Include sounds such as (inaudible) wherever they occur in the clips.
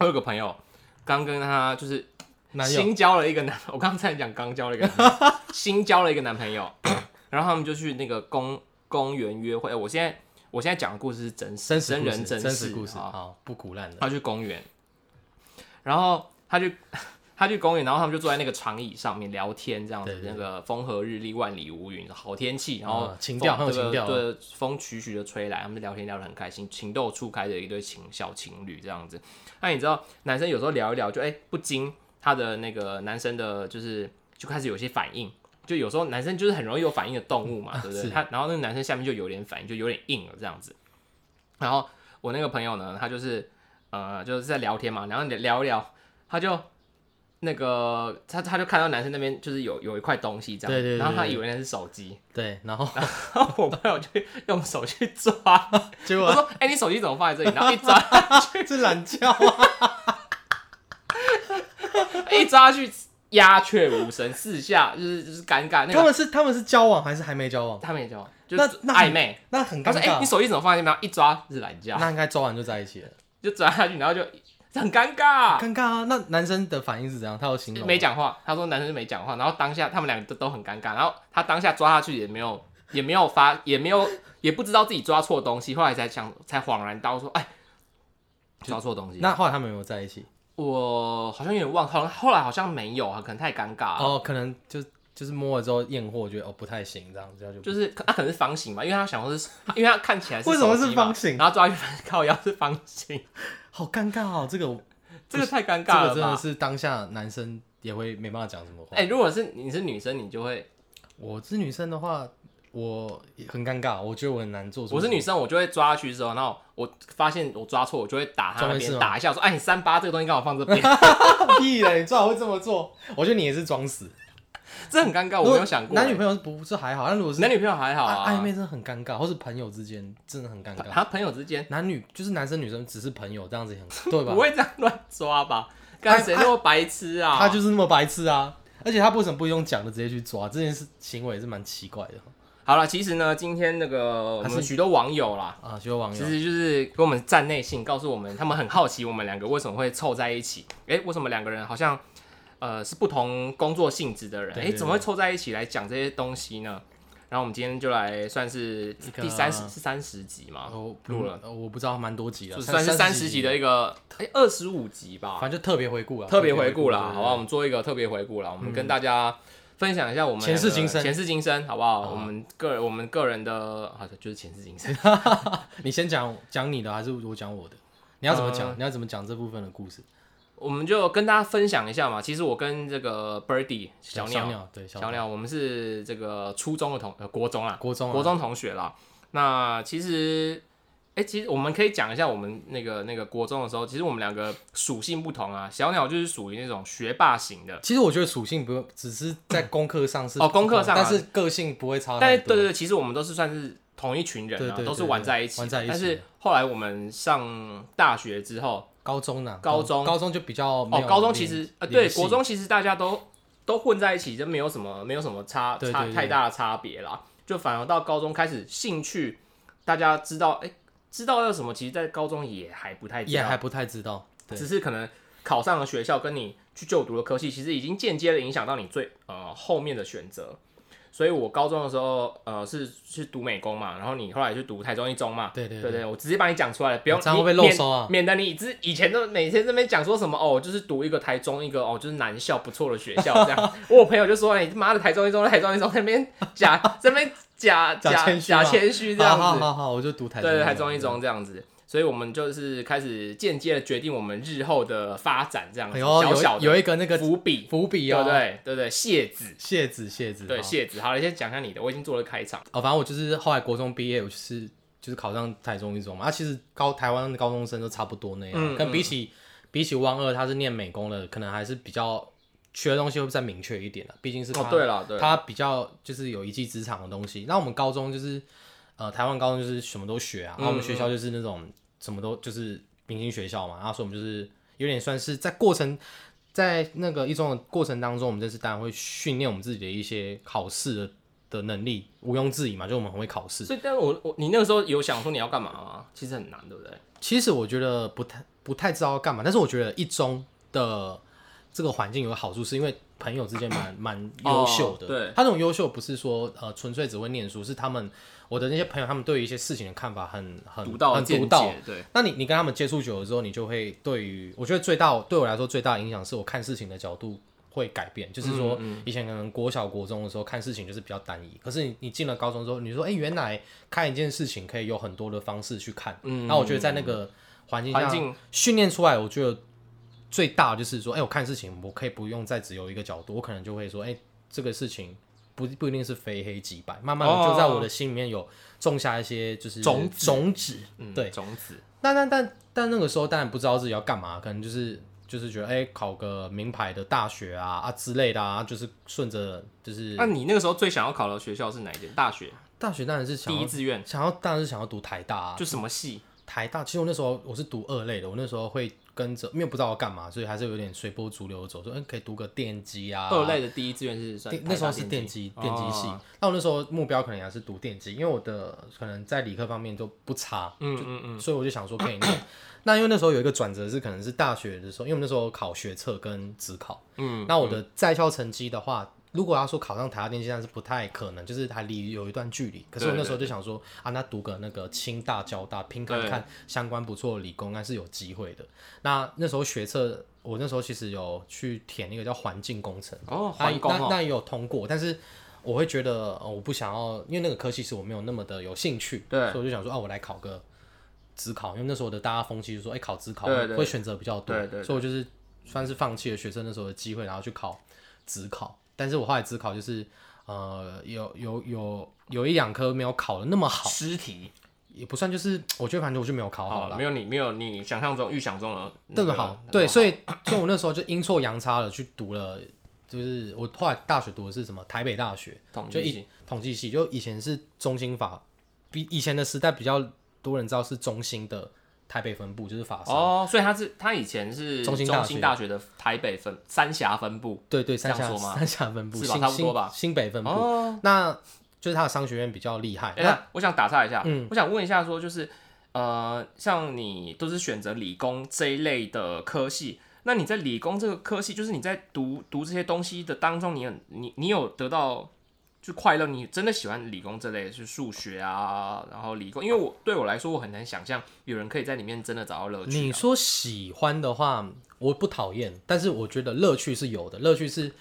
我有个朋友刚跟他就是男友新交了一个男，我刚才讲刚交了一个男朋友 (laughs) 新交了一个男朋友， (clears throat) 然后他们就去那个公公园约会。哎我现在我现在讲的故事是真实真实真故事人真事啊实故事，好好不鼓烂的，他去公园，然后他去 (laughs) 他去公园，然后他们就坐在那个长椅上面聊天，这样子。对对那个风和日丽，万里无云，好天气，然后啊情调风很有情调这个对，风徐徐的吹来，他们聊天聊得很开心，情窦初开的一对情小情侣这样子。那你知道，男生有时候聊一聊就，哎不经他的那个男生的，就是就开始有些反应。就有时候男生就是很容易有反应的动物 (laughs) 嘛，对不对？是他然后那个男生下面就有点反应，就有点硬了这样子。然后我那个朋友呢，他就是呃，就是在聊天嘛，然后聊一聊，他就那个他他就看到男生那边就是有有一块东西这样，对对对然后他对以为那是手机，对，然啊后然后我朋友就用手去抓， (laughs) 结我 (laughs) 果说：“哎、你手机怎么放在这里？”然后一抓 (laughs) 是懒觉啊，一抓去，鸦雀无声，四下就是就是尴尬。那 (laughs) 他个们是他们是交往还是还没交往？他们也就就那是那暧昧，那很他尴说：“哎、你啊尬，手机怎么放在那边？”然后一抓是懒觉，那应该抓完就在一起了，就抓下去，然后就很尴尬。尴尬啊。那男生的反应是怎样？他有形容吗没讲话，他说男生没讲话，然后当下他们两个都都很尴尬，然后他当下抓下去也没有也没有发也没有也不知道自己抓错东西，后来才想才恍然大悟说，哎，抓错东西。那后来他们有没有在一起？我好像有点忘，好像后来好像没有，啊可能太尴尬了。哦，可能就就是摸了之后验货，觉得哦不太行，这样这样就就是他可能是方形嘛，因为他想说是，因为他看起来是为什么手机是嘛方形然后抓下去发现靠腰是方形，好尴尬哦。这个我这个太尴这尬个了真的吧？是当下男生也会没办法讲什么话。哎、如果是你是女生，你就会，我是女生的话，我也很尴尬，我觉得我很难做出。我是女，生，我就会抓下去之后，然后我发现我抓错，我就会打他专那门是边吗打一下，说：“哎，你三八这个东西刚好放这 (laughs) 边。”屁嘞，你最好会这么做。我觉得你也是装死。这很尴尬，啊我没有想过、男女友朋友是不是还好，但如果是男女朋友还好啊，啊暧昧，真的很尴尬，或是朋友之间真的很尴尬。他朋友之间男女就是男生女生只是朋友这样子 (laughs) 也很对吧不？会这样乱抓吧？干谁那么白痴啊？他就是那么白痴啊！而且他为什么不用讲的直接去抓？这件事行为也是蛮奇怪的好了。其实呢，今天那个我还是们许多网友啦，啊！学网其友实就是给我们站内信，告诉我们他们很好奇我们两个为什么会凑在一起。哎、为什么两个人好像呃是不同工作性质的人？对哎、对对怎么会凑在一起来讲这些东西呢？然后我们今天就来算是个第三十是三十集嘛，我不哦录了，呃我不知道蛮多集了，就算是三十集的一个哎二十五集吧，反正就特别回顾了，特别回顾啦，对嗯好不好？我们做一个特别回顾啦，我们跟大家分享一下我们前世两个今生哦前世今生，好不好？好我们个我们个人的，好像就是前世今生。你先讲讲你的，还是我讲我的？你要怎么讲？呃你要怎么讲这部分的故事？我们就跟大家分享一下嘛。其实我跟这个 Birdy 小鸟，鸟对小小鸟，我们是这个初中的同呃国中啊，国中啊国中同学啦。那其实，哎、其实我们可以讲一下我们那个那个国中的时候，其实我们两个属性不同啊。小鸟就是属于那种学霸型的，其实我觉得属性不用，只是在功课上是哦功课上啊但是个性不会差但太是对多。对对，其实我们都是算是同一群人啊，对对对都是玩在一起的。玩在一起但是后来我们上大学之后，高中呢？高中高中就比较没哦有，高中其实联呃对，联系国中其实大家都都混在一起，就没有什么没有什么差对差对对太大的差别啦。就反而到高中开始兴趣，大家知道哎、知道要什么，其实在高中也还不太知也道，还不太知道。对只是可能考上了学校，跟你去就读的科系，其实已经间接的影响到你最呃后面的选择。所以我高中的时候，呃，是是读美工嘛，然后你后来去读台中一中嘛，对对对对对，我直接帮你讲出来了，不用这样会不会你漏免收啊免得你之以前都每天这边讲说什么哦，就是读一个台中一个哦，就是南校不错的学校这样。 (laughs) 我有朋友就说哎你妈的台中一中台中一中那边假 (laughs) 这边假假假谦虚假吗谦虚这样子，好好好好，我就读台中，对对，台中一，中这样子。所以我们就是开始间接的决定我们日后的发展，这样子、哎呦，小小有的有一个那个伏笔，伏笔对哦，不，对？对不对？谢子，谢子谢子，对好谢子。好了，先讲一下你的，我已经做了开场。哦，反正我就是后来国中毕业，我就是就是考上台中一中嘛。啊，其实高台湾的高中生都差不多那样，嗯跟比起、比起汪二他是念美工的，可能还是比较缺的东西会再明确一点啊的，毕竟是他、哦，对了，对，他比较就是有一技之长的东西。那我们高中就是呃台湾高中就是什么都学啊，然后我们学校就是那种什么都就是明星学校嘛，然后所以我们就是有点算是在过程。在那个一中的过程当中，我们这次当然会训练我们自己的一些考试的的能力毋庸置疑嘛，就我们很会考试。所以，但我我你那个时候有想说你要干嘛吗？其实很难，对不对？其实我觉得不太不太知道要干嘛，但是我觉得一中的这个环境有个好处，是因为朋友之间蛮蛮 (coughs) 优秀的。哦对他那种优秀不是说呃纯粹只会念书，是他们我的那些朋友，他们对于一些事情的看法很很独到的很见独解，到。对，那你你跟他们接触久了之后，你就会对于我觉得最大对我来说最大的影响是我看事情的角度会改变，就是说嗯以前可能国小国中的时候看事情就是比较单一，可是你你进了高中之后，你说哎、诶原来看一件事情可以有很多的方式去看，嗯那我觉得在那个环境环下境训练出来，我觉得最大的就是说，哎、我看事情我可以不用再只有一个角度，我可能就会说，哎、这个事情。不不一定是非黑即白，慢慢的就在我的心里面有种下一些就是哦种子种子，嗯，对种子，但但但但那个时候当然不知道自己要干嘛，可能就是就是觉得哎、考个名牌的大学啊啊之类的啊，就是顺着就是那啊你那个时候最想要考的学校是哪一间大学？大学当然是想第一要志愿想要当然是想要读台大、啊，就什么系？台大。其实我那时候我是读二类的，我那时候会跟着，因为不知道要干嘛，所以还是有点随波逐流地走，说嗯、可以读个电机啊，二类的第一志愿是算电那时候是电电机哦机，电机系。那、我那时候目标可能也是读电机，因为我的可能在理科方面都不差，嗯嗯嗯，所以我就想说可以念。 (coughs) 那因为那时候有一个转折是，可能是大学的时候，因为我们那时候考学测跟职考，嗯，那我的在校成绩的话，如果要说考上台大电机，但是不太可能，就是还离有一段距离。可是我那时候就想说啊，那读个那个清大、交大，拼看看相关不错的理工，应该是有机会的。那那时候学测，我那时候其实有去填那个叫环境工程。哦，哎那环工那哦，那也有通过，但是我会觉得、呃我不想要，因为那个科系是我没有那么的有兴趣，对所以我就想说啊，我来考个职考，因为那时候的大家风气就说，哎、考职考对对会选择比较多，对对对所以我就是算是放弃了学生那时候的机会，然后去考职考，但是我后来职考就是呃有有有有一两科没有考的那么好，尸体，也不算就是我觉得反正我就没有考好好了啦没。有你没有你想象中预想中的那个个好，对，所以所以我那时候就阴错阳差的去读了，就是我后来大学读的是什么台北大学统就计一系统计系，就以前是中心法，比以前的时代比较多人知道是中心的台北分部，啊就是法商，哦，所以他是他以前是中兴大中学兴大学的台北分三峡分部，对对，这三样峡说吗三峡分部，是吧新差不多吧新新北分部，哦，那就是他的商学院比较厉害。哎、那嗯那我想打岔一下，我想问一下，说就是呃，像你都是选择理工这一类的科系，那你在理工这个科系，就是你在读读这些东西的当中你，很你你有得到就快乐？你真的喜欢理工这类，是数学啊，然后理工，因为我对我来说，我很难想象有人可以在里面真的找到乐趣你啊、说喜欢的话，我不讨厌，但是我觉得乐趣是有的，乐趣是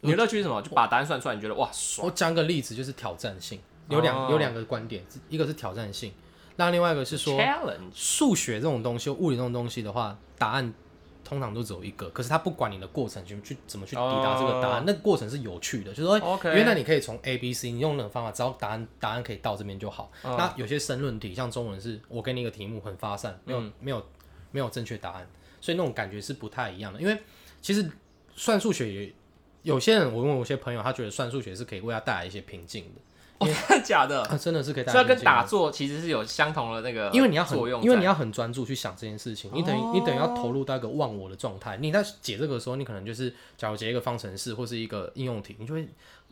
你的乐趣是什么？就把答案算出来，你觉得哇爽，我讲个例子，就是挑战性，有两、哦有两个观点，一个是挑战性，那另外一个是说 challenge 数学这种东西、物理这种东西的话，答案通常都只有一个，可是它不管你的过程去去怎么去抵达这个答案，哦那个过程是有趣的，就是说哎 OK 原来你可以从 A、B、C，你用那种方法，只要答案答案可以到这边就好。嗯那有些申论题，像中文是我给你一个题目很发散，没有、嗯没有没有正确答案，所以那种感觉是不太一样的，因为其实算数学也。有些人，我问我一些朋友，他觉得算数学是可以为他带来一些瓶颈的， (coughs) 哦， (laughs) 真的假的？ (laughs) 啊、真的是可以带所以来它跟瓶颈的。打坐其实是有相同的那个啊因为你要很作用，在，因为你要很专注去想这件事情，你等于、你等于要哦投入到一个忘我的状态。你在解这个的时候，你可能就是假如解一个方程式或是一个应用题，你就会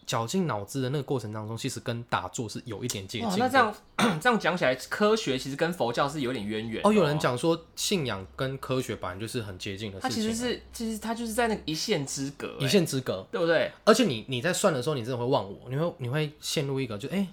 绞尽脑汁的那个过程当中，其实跟打坐是有一点接近哇，的。那这样 (clears throat) 这样讲起来，科学其实跟佛教是有点渊源的哦，有人，讲说信仰跟科学本来就是很接近的它事其情啊，实是其实它就是在那个一线之隔，一哎线之隔。对不对？而且你你在算的时候，你真的会忘我，你会你会陷入一个就哎、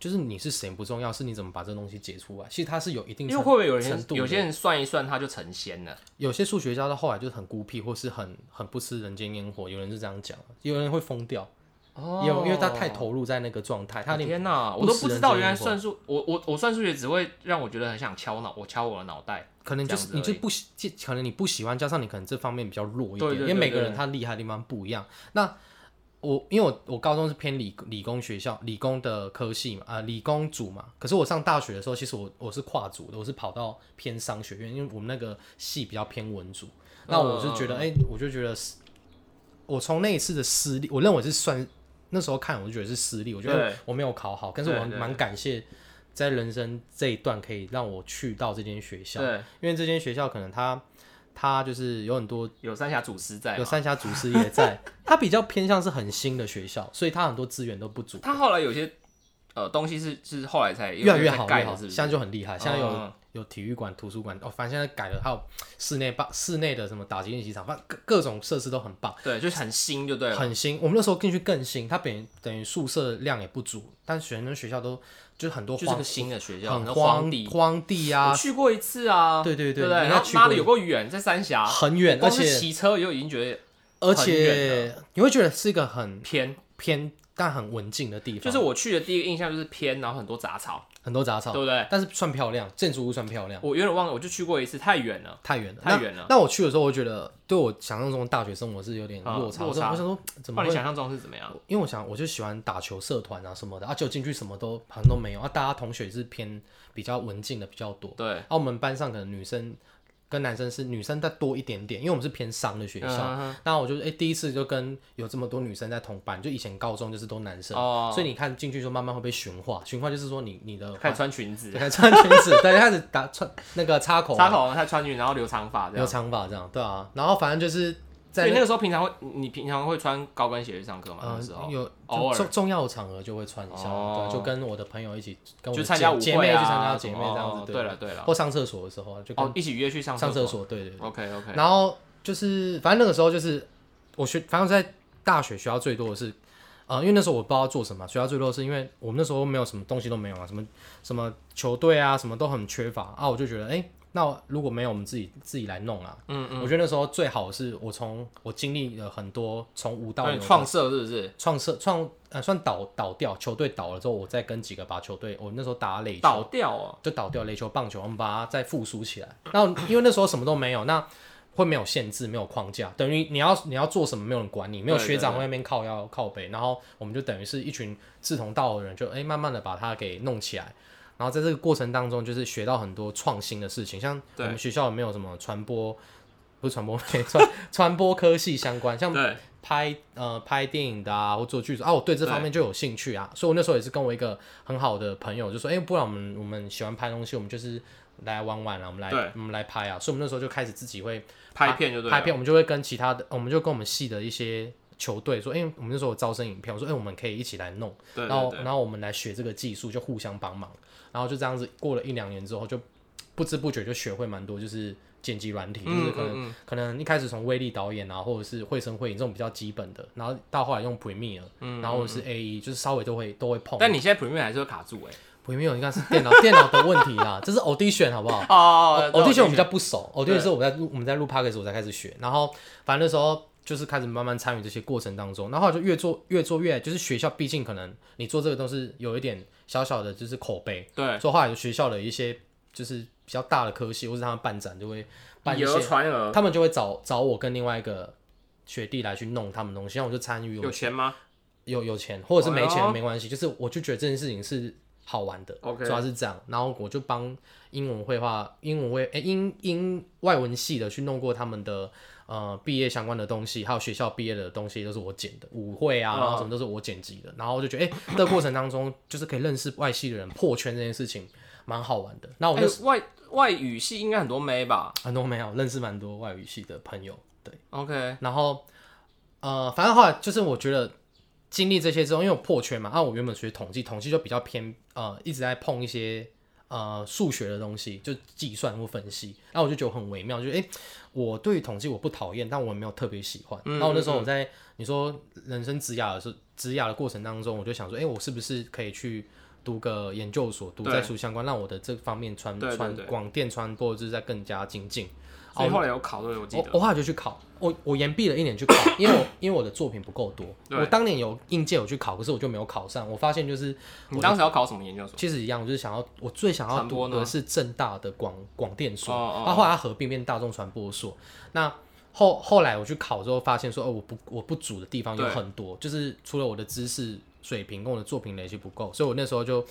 就是你是谁不重要，是你怎么把这东西解出来。其实它是有一定因程为会不会有程人度的有些人算一算他就成仙了？有些数学家到后来就是很孤僻，或是很很不吃人间烟火，有人是这样讲，有人会疯掉，哦也有因为他太投入在那个状态，他我连天哪，不我都不知道，食人间原来烟火算数，我我我算数学只会让我觉得很想敲脑，我敲我的脑袋。可能就这样是子而你已就不喜，就可能你不喜欢，加上你可能这方面比较弱一点，对对对因为每个对人他厉害的地方不一样。那我因为我我高中是偏理理工学校，理工的科系嘛，啊、理工组嘛。可是我上大学的时候，其实我我是跨组的，我是跑到偏商学院，因为我们那个系比较偏文组。那我是嗯觉得，哎、我就觉得是，我从那一次的失利，我认为是算那时候看，我就觉得是失利，我觉得对我没有考好，但是我对对蛮感谢在人生这一段可以让我去到这间学校。对，因为这间学校可能它它就是有很多有三峡祖师在嘛，有三峡祖师 (laughs) 也在，它比较偏向是很新的学校，所以它很多资源都不足，他后来有些呃东西是是后来才越来越好，有越在盖好，的，是不现是？在就很厉害，现在有、嗯有体育馆、图书馆，哦，反正现在改了，还有室内棒、室内的什么打击练习场，反正各各种设施都很棒，对，就是很新就对啊了。很新。我们那时候进去更新，它等于等于宿舍量也不足，但学生学校都就是很多就是荒个新的学校，很那荒地。荒地啊我，去过一次啊，对对对不对你对，应该然后去妈过的有够远，在三峡，很远，我光而是且骑车就已经觉得而很远且你会觉得是一个很偏，偏但很文静的地方，就是我去的第一个印象就是偏，然后很多杂草，很多杂对草，不对？但是算漂亮，建筑物算漂亮。我有点忘了，我就去过一次，太远了，太远了，太远了那。那我去的时候，我觉得对我想象中的大学生活是有点啊落差。落我想差我想说，怎不么然会你？想象中是怎么样？因为我想，我就喜欢打球社团啊什么的，啊，就进去什么都好像都没有啊。大家同学是偏比较文静的比较多，对，啊，我们班上可能女生跟男生是女生再多一点点，因为我们是偏商的学校。嗯那我就哎、第一次就跟有这么多女生在同班，就以前高中就是都男生，哦所以你看进去就慢慢会被驯化，驯化就是说你你的开始穿裙子，对穿裙子，对，开始打穿那个插口啊、插头，他穿裙子，然后留长发这留样。长发这样，对啊。然后反正就是所在以那个时候平常会，你平常会穿高跟鞋去上课吗？那时候呃有偶尔重重要的场合就会穿一下，哦对啊，就跟我的朋友一起，跟我就的参加舞姐姐妹会啊，去参加姐什妹么这样哦子，对对了对了，或上厕所的时候啊就跟哦，一起约去上上厕厕。所，对对对。 OK OK，然后就是，反正那个时候就是我学，反正在大学学到最多的是，呃，因为那时候我不知道做什么，学到最多的是因为我们那时候没有什么东西都没有啊，什么什么球队啊，什么都很缺乏啊，我就觉得，哎、那如果没有，我们自己自己来弄啊。嗯嗯，我觉得那时候最好是我从我经历了很多从无到那有你的哎创设是不是？创设创呃算倒倒掉球队倒了之后，我再跟几个把球队，我那时候打垒球倒掉哦，就倒掉垒球、棒球，我们把它再复苏起来。那因为那时候什么都没有，那会没有限制，没有框架，等于你要你要做什么，没有人管你，没有对学长对会在那边靠腰靠背，然后我们就等于是一群志同道合的人，就哎、慢慢的把它给弄起来。然后在这个过程当中，就是学到很多创新的事情，像我对们学校有没有什么传播，不是传播类，传传播科系相关，像对，拍呃拍电影的啊，或做剧组啊，我对这方面就有兴趣啊，所以我那时候也是跟我一个很好的朋友就说，哎、不然我们我们喜欢拍东西，我们就是来玩玩啊，我们对来我们来拍啊，所以我们那时候就开始自己会拍片就对啊了拍。片，我们就会跟其他的，我们就跟我们系的一些球队说，哎、我们那时候有招生影片，我说，哎、我们可以一起来弄，对然对后对，然后我们来学这个技术，就互相帮忙，然后就这样子过了一两年之后，就不知不觉就学会蛮多，就是剪辑软体，就是可能、嗯可能一开始从威力导演啊，或者是绘声绘影这种比较基本的，然后到后来用 Premiere，、然后是 A E，就是稍微都会都会碰。嗯但你现在 Premiere 还是会卡住哎。 Premiere 应该是电脑电脑的问题啦，这是 Audition 好不好？哦我对对球我比较不熟，我对对球是我们在录我们在录 p o d c a s t 我才开始学，然后反正那时候就是开始慢慢参与这些过程当中，然后就越做越做越就是学校，毕竟可能你做这个都是有一点小小的就是口碑，对，所以后来有学校的一些就是比较大的科系或是他们办展就会办一以讹些，传讹，他们就会找找我跟另外一个学弟来去弄他们东西，然后我就参与，有钱吗？有有钱或者是没哎呦钱没关系，就是我就觉得这件事情是好玩的 OK 主要是这样。然后我就帮英文绘画、英文绘、诶英英外文系的去弄过他们的呃毕业相关的东西，还有学校毕业的东西都是我剪的，舞会啊，嗯然后什么都是我剪辑的。然后我就觉得，哎、这个过程当中就是可以认识外系的人，破圈这件事情蛮好玩的。啊那我哎就、外外语系应该很多妹吧很多没有认识蛮多外语系的朋友，对。 ？OK，然后呃，反正后来就是我觉得经历这些之后，因为我破圈嘛，啊，我原本学统计，统计就比较偏呃，一直在碰一些呃数学的东西，就计算或分析，然后我就觉得很微妙，就哎、诶我对于统计我不讨厌，但我也没有特别喜欢。嗯然后我那时候我在你说人生职涯的时职涯的过程当中，我就想说，哎、我是不是可以去读个研究所，读对在书相关，让我的这方面传对对传对广电传播就是在更加精进。所以后来有考对，我记哦我哦得。我后来就去考，我我延毕了一年去考，因为我因为我的作品不够多。对我当年有应届有去考，可是我就没有考上。我发现就是你当时要考什么研究所？其实一样，我就是想要我最想要传播读呢的是正大的广广电所，哦哦啊，后来它合并变大众传播所。那后后来我去考之后，发现说，哦，我不我不足的地方有对很多，就是除了我的知识水平跟我的作品累积不够，所以我那时候就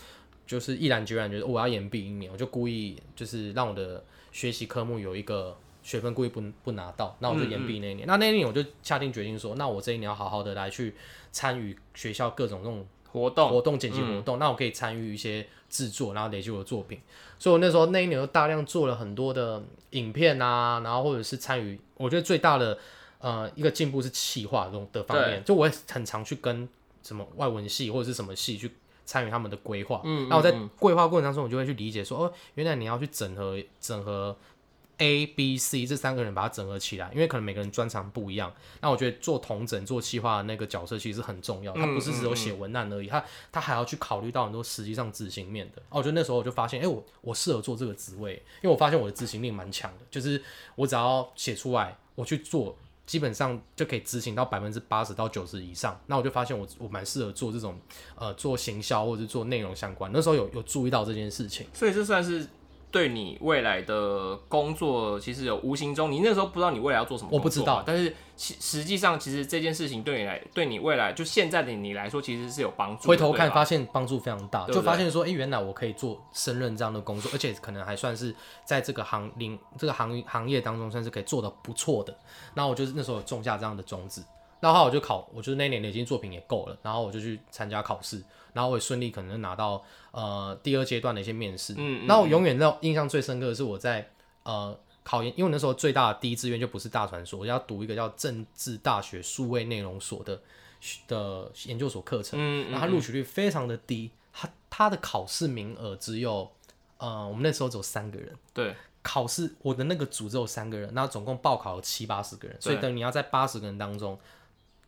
就是毅然决然觉得、哦我要延毕一年，我就故意就是让我的学习科目有一个学分故意不不拿到，那我就延毕那一嗯年。那那一年我就下定决心说，那我这一年要好好的来去参与学校各种那种活动嗯活动剪辑活动，那我可以参与一些制作，然后累积我的作品。所以我那时候那一年就大量做了很多的影片啊，然后或者是参与，我觉得最大的呃一个进步是企划中的方面，就我也很常去跟什么外文系或者是什么系去。参与他们的规划，嗯那我在规划过程当中，我就会去理解说，哦，原来你要去整合整合 A、B、C 这三个人把它整合起来，因为可能每个人专长不一样。那我觉得做同整、做企划的那个角色其实很重要，他不是只有写文案而已，他他还要去考虑到很多实际上执行面的。哦，我觉得那时候我就发现，哎、我我适合做这个职位，因为我发现我的执行力蛮强的，就是我只要写出来，我去做。基本上就可以执行到百分之八十到九十以上，那我就发现我我蛮适合做这种呃做行销或者是做内容相关。那时候有有注意到这件事情。所以这算是对你未来的工作，其实有无形中，你那时候不知道你未来要做什么工作嘛，啊我不知道但是实实际上，其实这件事情对你来，对你未来就现在的你来说，其实是有帮助的。回头看对吧啊发现帮助非常大，对不就对发现说，哎、原来我可以做胜任这样的工作，而且可能还算是在这个行领这个行行业当中算是可以做的不错的。然后我就是那时候有种下这样的种子，然后后来我就考，我就是那年累积作品也够了，然后我就去参加考试，然后我也顺利可能拿到呃第二阶段的一些面试。嗯嗯那我永远让印象最深刻的是我在呃考研，因为我那时候最大的第一志愿就不是大传所，我要读一个叫政治大学数位内容所的的研究所课程。嗯，然后它录取率非常的低，它它的考试名额只有，呃，我们那时候只有三个人，对，考试我的那个组只有三个人，那总共报考有七八十个人，所以对等于你要在八十个人当中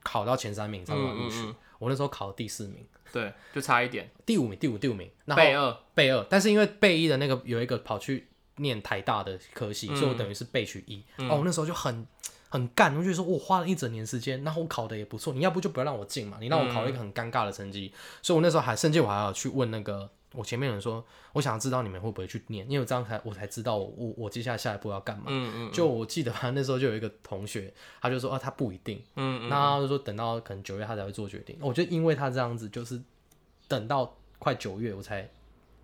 考到前三名才能录取。嗯嗯我那时候考第四名，对，就差一点，第五名，第五第五名，然后备二，备二，但是因为备一的那个有一个跑去念台大的科系，所以我等于是备取一。哦，我那时候就很很干，我就觉得说我花了一整年时间，然后我考的也不错，你要不就不要让我进嘛，你让我考了一个很尴尬的成绩，所以我那时候还甚至我还要去问那个。我前面有人说，我想要知道你们会不会去念，因为我这样才我才知道我我我接下来下一步要干嘛。嗯嗯就我记得他那时候就有一个同学，他就说啊他不一定，嗯那他就说等到可能九月他才会做决定。我觉得因为他这样子，就是等到快九月我才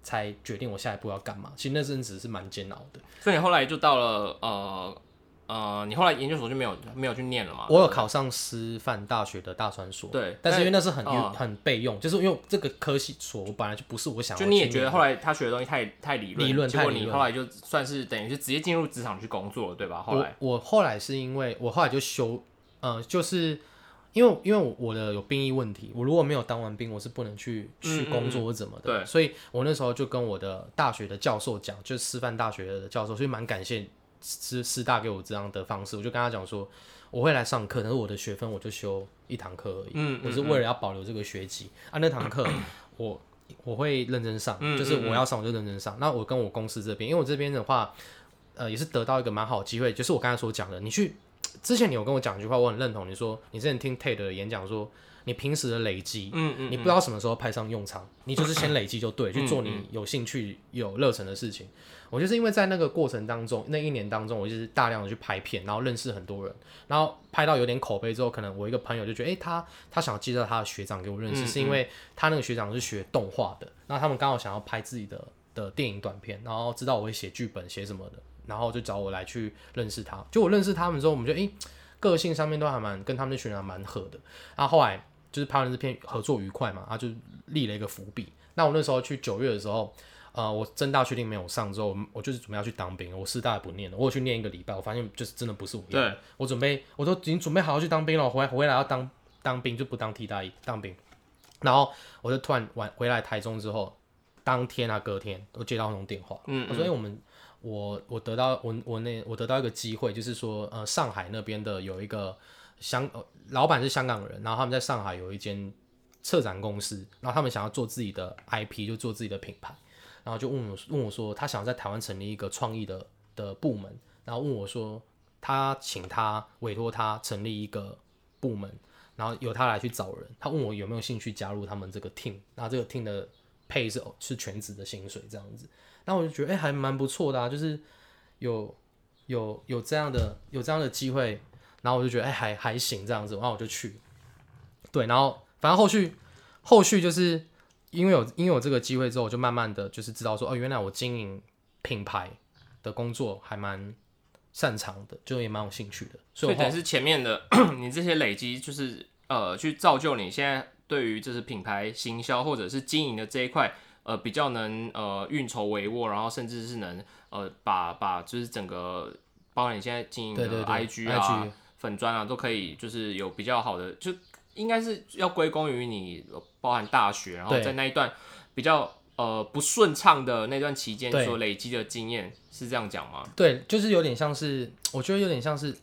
才决定我下一步要干嘛。其实那阵子是蛮煎熬的。所以你后来就到了呃呃，你后来研究所就没有没有去念了嘛？我有考上师范大学的大专所，啊对但是因为但那是很、嗯很备用，就是因为这个科系所我本来就不是我想要就去你也念的。觉得后来他学的东西太太理论，理论结果太理你论后来就算是等于是直接进入职场去工作了，对吧？后我来，我后来是因为我后来就休，呃，就是因为因为我的有兵役问题，我如果没有当完兵，我是不能去去嗯嗯工作或怎么的。对所以我那时候就跟我的大学的教授讲，就是师范大学的教授，所以蛮感谢师师大给我这样的方式。我就跟他讲说，我会来上课，但是我的学分我就修一堂课而已。嗯嗯我是为了要保留这个学籍啊，那堂课我。我会认真上，就是我要上我就认真上。那我跟我公司这边，因为我这边的话，呃，也是得到一个蛮好的机会，就是我刚才所讲的，你去之前你有跟我讲一句话，我很认同，你说你之前听 Ted 的演讲说，你平时的累积，嗯嗯，你不知道什么时候派上用场，你就是先累积就对，去做你有兴趣、有热忱的事情。我就是因为在那个过程当中，那一年当中，我就是大量的去拍片，然后认识很多人，然后拍到有点口碑之后，可能我一个朋友就觉得，诶，他他想要介绍他的学长给我认识，嗯是因为他那个学长是学动画的，那他们刚好想要拍自己的的电影短片，然后知道我会写剧本、写什么的，然后就找我来去认识他。就我认识他们之后，我们就诶，个性上面都还蛮跟他们那群人还蛮合的。然啊后后来就是拍完这片合作愉快嘛，他就立了一个伏笔。那我那时候去九月的时候，呃，我正大确定没有上之后，我我就是准备要去当兵，我师大也不念了，我有去念一个礼拜，我发现就是真的不是我要的对，我准备我都已经准备好要去当兵了，我回来回来要当当兵就不当替代役当兵，然后我就突然晚回来台中之后，当天啊隔天我接到那种电话，嗯他说：“哎、我们我我得到我我那我得到一个机会，就是说呃，上海那边的有一个香、呃老板是香港人，然后他们在上海有一间策展公司，然后他们想要做自己的 IP，就做自己的品牌，然后就问我问我说，他想要在台湾成立一个创意的的部门，然后问我说，他请他委托他成立一个部门，然后由他来去找人，他问我有没有兴趣加入他们这个 team，那这个 team 的配是是全职的薪水这样子，那我就觉得哎、还蛮不错的啊，就是有有有这样的有这样的机会，然后我就觉得哎、还还行这样子，然后我就去，对，然后反正后续后续就是因为有因为有这个机会之后，我就慢慢的就是知道说哦，原来我经营品牌的工作还蛮擅长的，就也蛮有兴趣的，所所以以我 (clears throat) 后等于是前面的你这些累积，就是呃，去造就你现在对于就是品牌行销或者是经营的这一块，呃，比较能呃运筹帷幄，然后甚至是能呃把把就是整个包括你现在经营对对的对 IG 啊 IG 粉砖啊，都可以就是有比较好的，就应该是要归功于你呃包含大学，然后对在那一段比较呃不顺畅的那段期间对所累积的经验，是这样讲吗？对，就是有点像是，我觉得有点像是，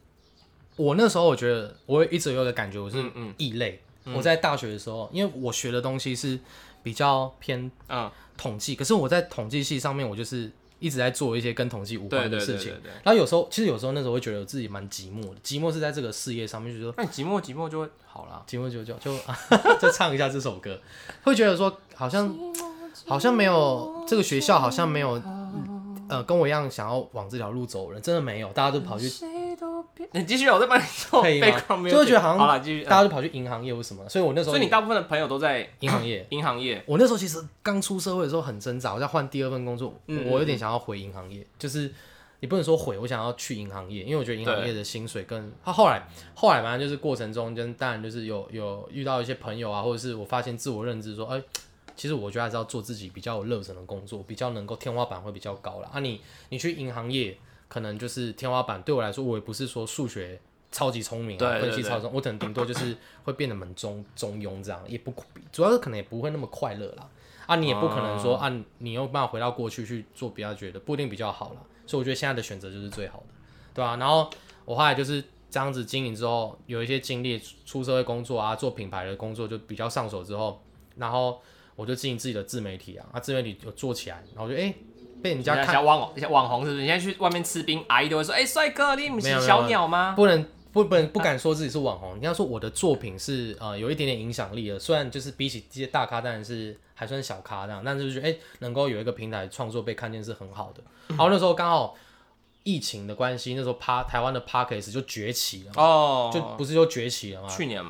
我那时候我觉得我一直有一个感觉，我是嗯嗯异类。我在大学的时候，因为我学的东西是比较偏嗯，统计，可是我在统计系上面，我就是一直在做一些跟统计无对关的对对事对情。对。然后有时候，其实有时候那时候会觉得我自己蛮寂寞的，寂寞是在这个事业上面，就是说那你寂寞寂寞就会好啦。寂寞久久就 (laughs) 就唱一下这首歌，会觉得说好像好像没有这个学校好像没有呃跟我一样想要往这条路走的人，真的没有，大家都跑去啊你继续啊，我再帮你做可以吗 background music 就会觉得好像好了，继续。嗯大家都跑去银行业或什么的，所以我那时候所以你大部分的朋友都在银行业，银行业，我那时候其实刚出社会的时候很挣扎，我在换第二份工作，嗯我有点想要回银行业，就是也不能说回，我想要去银行业，因为我觉得银行业的薪水跟他后来后来反正就是过程中，跟当然就是有有遇到一些朋友啊，或者是我发现自我认知说，哎、其实我觉得还是要做自己比较有热忱的工作，比较能够天花板会比较高啦。啊你，你去银行业，可能就是天花板对我来说，我也不是说数学超级聪明、啊，对对分析对超聪，我可能顶多就是会变得很中中庸这样，也不主要是可能也不会那么快乐啦。啊，你也不可能哦说、啊，你又办法回到过去去做比较觉得不一定比较好啦。所以我觉得现在的选择就是最好的，对啊，然后我后来就是这样子经营之后，有一些经历，出社会工作啊，做品牌的工作就比较上手之后，然后我就经营自己的自媒体啊，啊，自媒体有做起来，然后我就哎、被人你家看小网红，小网红是不是？你现在去外面吃冰，阿姨都会说：“哎，帅哥，你不没有是没有小鸟吗不能不不能啊不敢说自己是网红，你要说我的作品是呃有一点点影响力的，虽然就是比起这些大咖当然是还算小咖这样，但是就觉得哎、能够有一个平台创作被看见是很好的。然后那时候刚好疫情的关系，那时候趴台湾的 p a c k a g e 就崛起了？”嘛，哦，就不是就崛起了吗？去年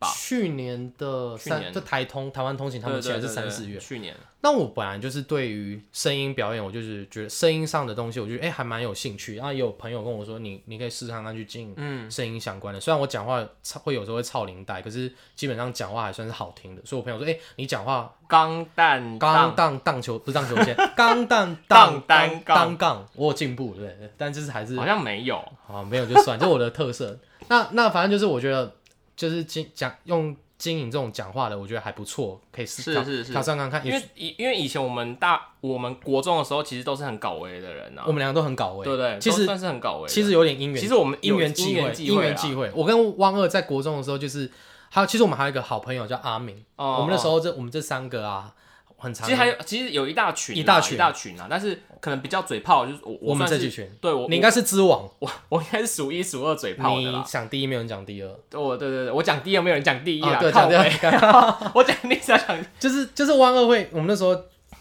吧，去年的去三，年就台通台湾通勤，他对们起来对是对，三对四月。去年那我本来就是对于声音表演，我就是觉得声音上的东西，我觉得哎、还蛮有兴趣。然后也有朋友跟我说，你你可以试试看看去经嗯营声音相关的。虽然我讲话操会有时候会操领带，可是基本上讲话还算是好听的。所以我朋友说，哎、你讲话钢蛋钢当荡荡球不是荡球 (laughs) 线，钢荡荡荡单杠单杠，我有进步对，但就是还是好像没有，啊，没有就算，这是我的特色。那那反正就是我觉得，就是经讲用经营这种讲话的，我觉得还不错，可以试是挑是是挑战看看。因也为以因为以前我们大我们国中的时候，其实都是很搞维的人啊我，们两个都很搞味，对不对？嗯其都实算是很搞维的。其实有点因缘，其实我们因有缘际因会缘，际因会缘啊际会。我跟汪二在国中的时候，就是还有，其实我们还有一个好朋友叫阿明，哦我们那时候这我们这三个啊，很常其实还有，其实有一大群啦，一大群一大群啊，但是可能比较嘴炮，就是我我们这算是几群，对我你应该是知网，我我应该是数一数二嘴炮的你啦。想第一没有人讲第二，我对对对，我讲第一没有人讲第一啊啦，对，靠讲第背，二。我讲第三讲第 (laughs) 就是就是汪二会，我们那时候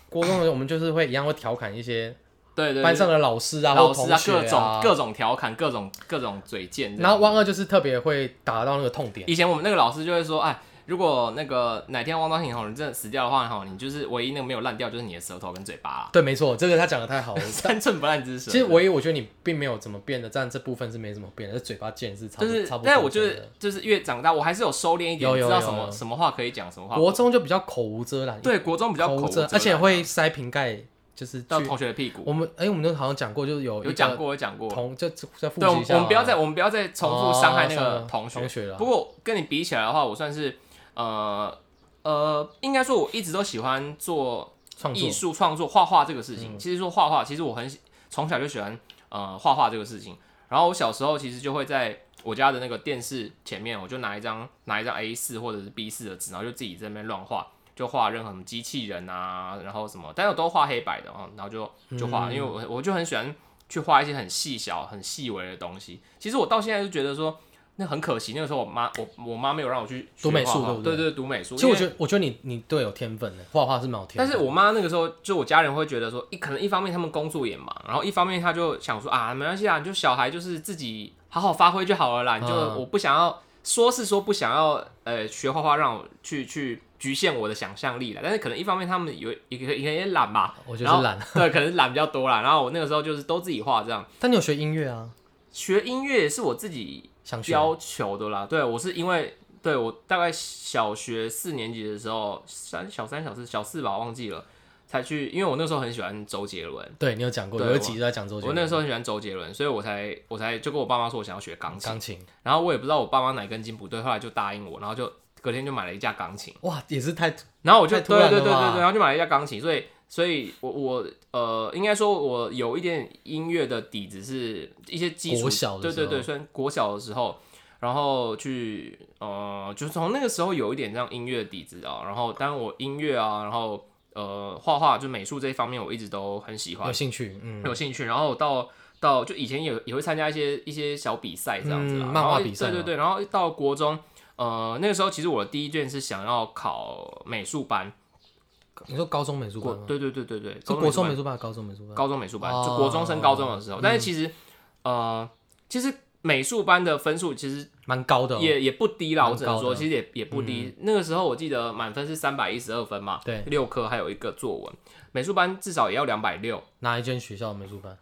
国中的时候，我们就是会一样会调侃一些对对对班上的老师啊、老或师同啊，学各种啊各种调侃，各种各种嘴贱这样。然后汪二就是特别会打到那个痛点，以前我们那个老师就会说，哎。如果那个哪天汪东兴吼你真的死掉的话吼，你就是唯一那个没有烂掉就是你的舌头跟嘴巴啦， (laughs) 对，没错，这个他讲的太好了。三寸不烂之舌。其实唯一我觉得你并没有怎么变的，但这部分是没怎么变的，这嘴巴贱是差不就多是差不，多。但我觉得就是越长大，我还是有收敛一点，有有知道有什有么什么话可以讲，什么话国中就比较口无遮拦，对国中比较口口无无遮遮拦拦，啊而且会塞瓶盖，就是到去同学的屁股。我们哎，我们都好像讲过，就是有有一个讲过，有讲过。同就就再复对，我习们一下啊，我们不要再我们不要再重复伤害那哦个同同学。学了。不过跟你比起来的话，我算是呃呃，应该说我一直都喜欢做创作嗯艺术创作、画画这个事情。其实说画画，其实我很喜从小就喜欢呃画画这个事情。然后我小时候其实就会在我家的那个电视前面，我就拿一张拿一张 A 四或者是 B 四的纸，然后就自己在那边乱画，就画任何什么机器人啊，然后什么，但是我都画黑白的哦，然后就就嗯画，因为我我就很喜欢去画一些很细小、很细微的东西。其实我到现在就觉得说。那很可惜，那个时候我妈我我妈没有让我去读学美术画画对不对对对，读美术。其实因我为觉得我觉得你你对有天分的，画画是蛮有天但分的。是我妈那个时候，就我家人会觉得说，一可能一方面他们工作也忙，然后一方面他就想说啊，没关系啊，你就小孩就是自己好好发挥就好了啦，你就、嗯我不想要说是说不想要呃学画画让我去去局限我的想象力了，但是可能一方面他们有也可也也懒吧，我就是然后懒， (laughs) 对，可能是懒比较多啦。然后我那个时候就是都自己画这样，但你有学音乐啊？学音乐也是我自己想学要求的啦，对我是因为对我大概小学四年级的时候，三小三小四小四吧，忘记了，才去，因为我那时候很喜欢周杰伦，对你有讲过，对有一集都在讲周杰我伦，那时候很喜欢周杰伦，所以我才我才就跟我爸妈说我想要学钢琴，钢琴，然后我也不知道我爸妈哪根筋不对，后来就答应我，然后就隔天就买了一架钢琴，哇，也是太然后我就太突对然对对了对吧对，然后就买了一架钢琴，所以所以我我呃，应该说我有一点音乐的底子是一些基础，国小的对时候对对，虽然国小的时候。然后去，呃，就是从那个时候有一点这样音乐底子啊。然后，当然我音乐啊，然后呃，画画就美术这一方面，我一直都很喜欢有。兴趣，嗯，啊有兴趣，然后到到就以前也也会参加一些一些小比赛这样子啦，嗯然后漫画比赛对对吗对，然后到国中，呃，那个时候其实我的第一卷是想要考美术班，你说高中美术国班吗？对对对对对，是国中美美术术班，还是高中美术班班，高中美术班，哦就国中升高中的时候，但是其实呃，其实美术班的分数其实蛮高的哦，也也不低啦，蛮我只能高说的嗯其实也也不低。那个时候我记得满分是三百一十二分嘛，对，六科还有一个作文，美术班至少也要两百六。哪一间学校的美术班？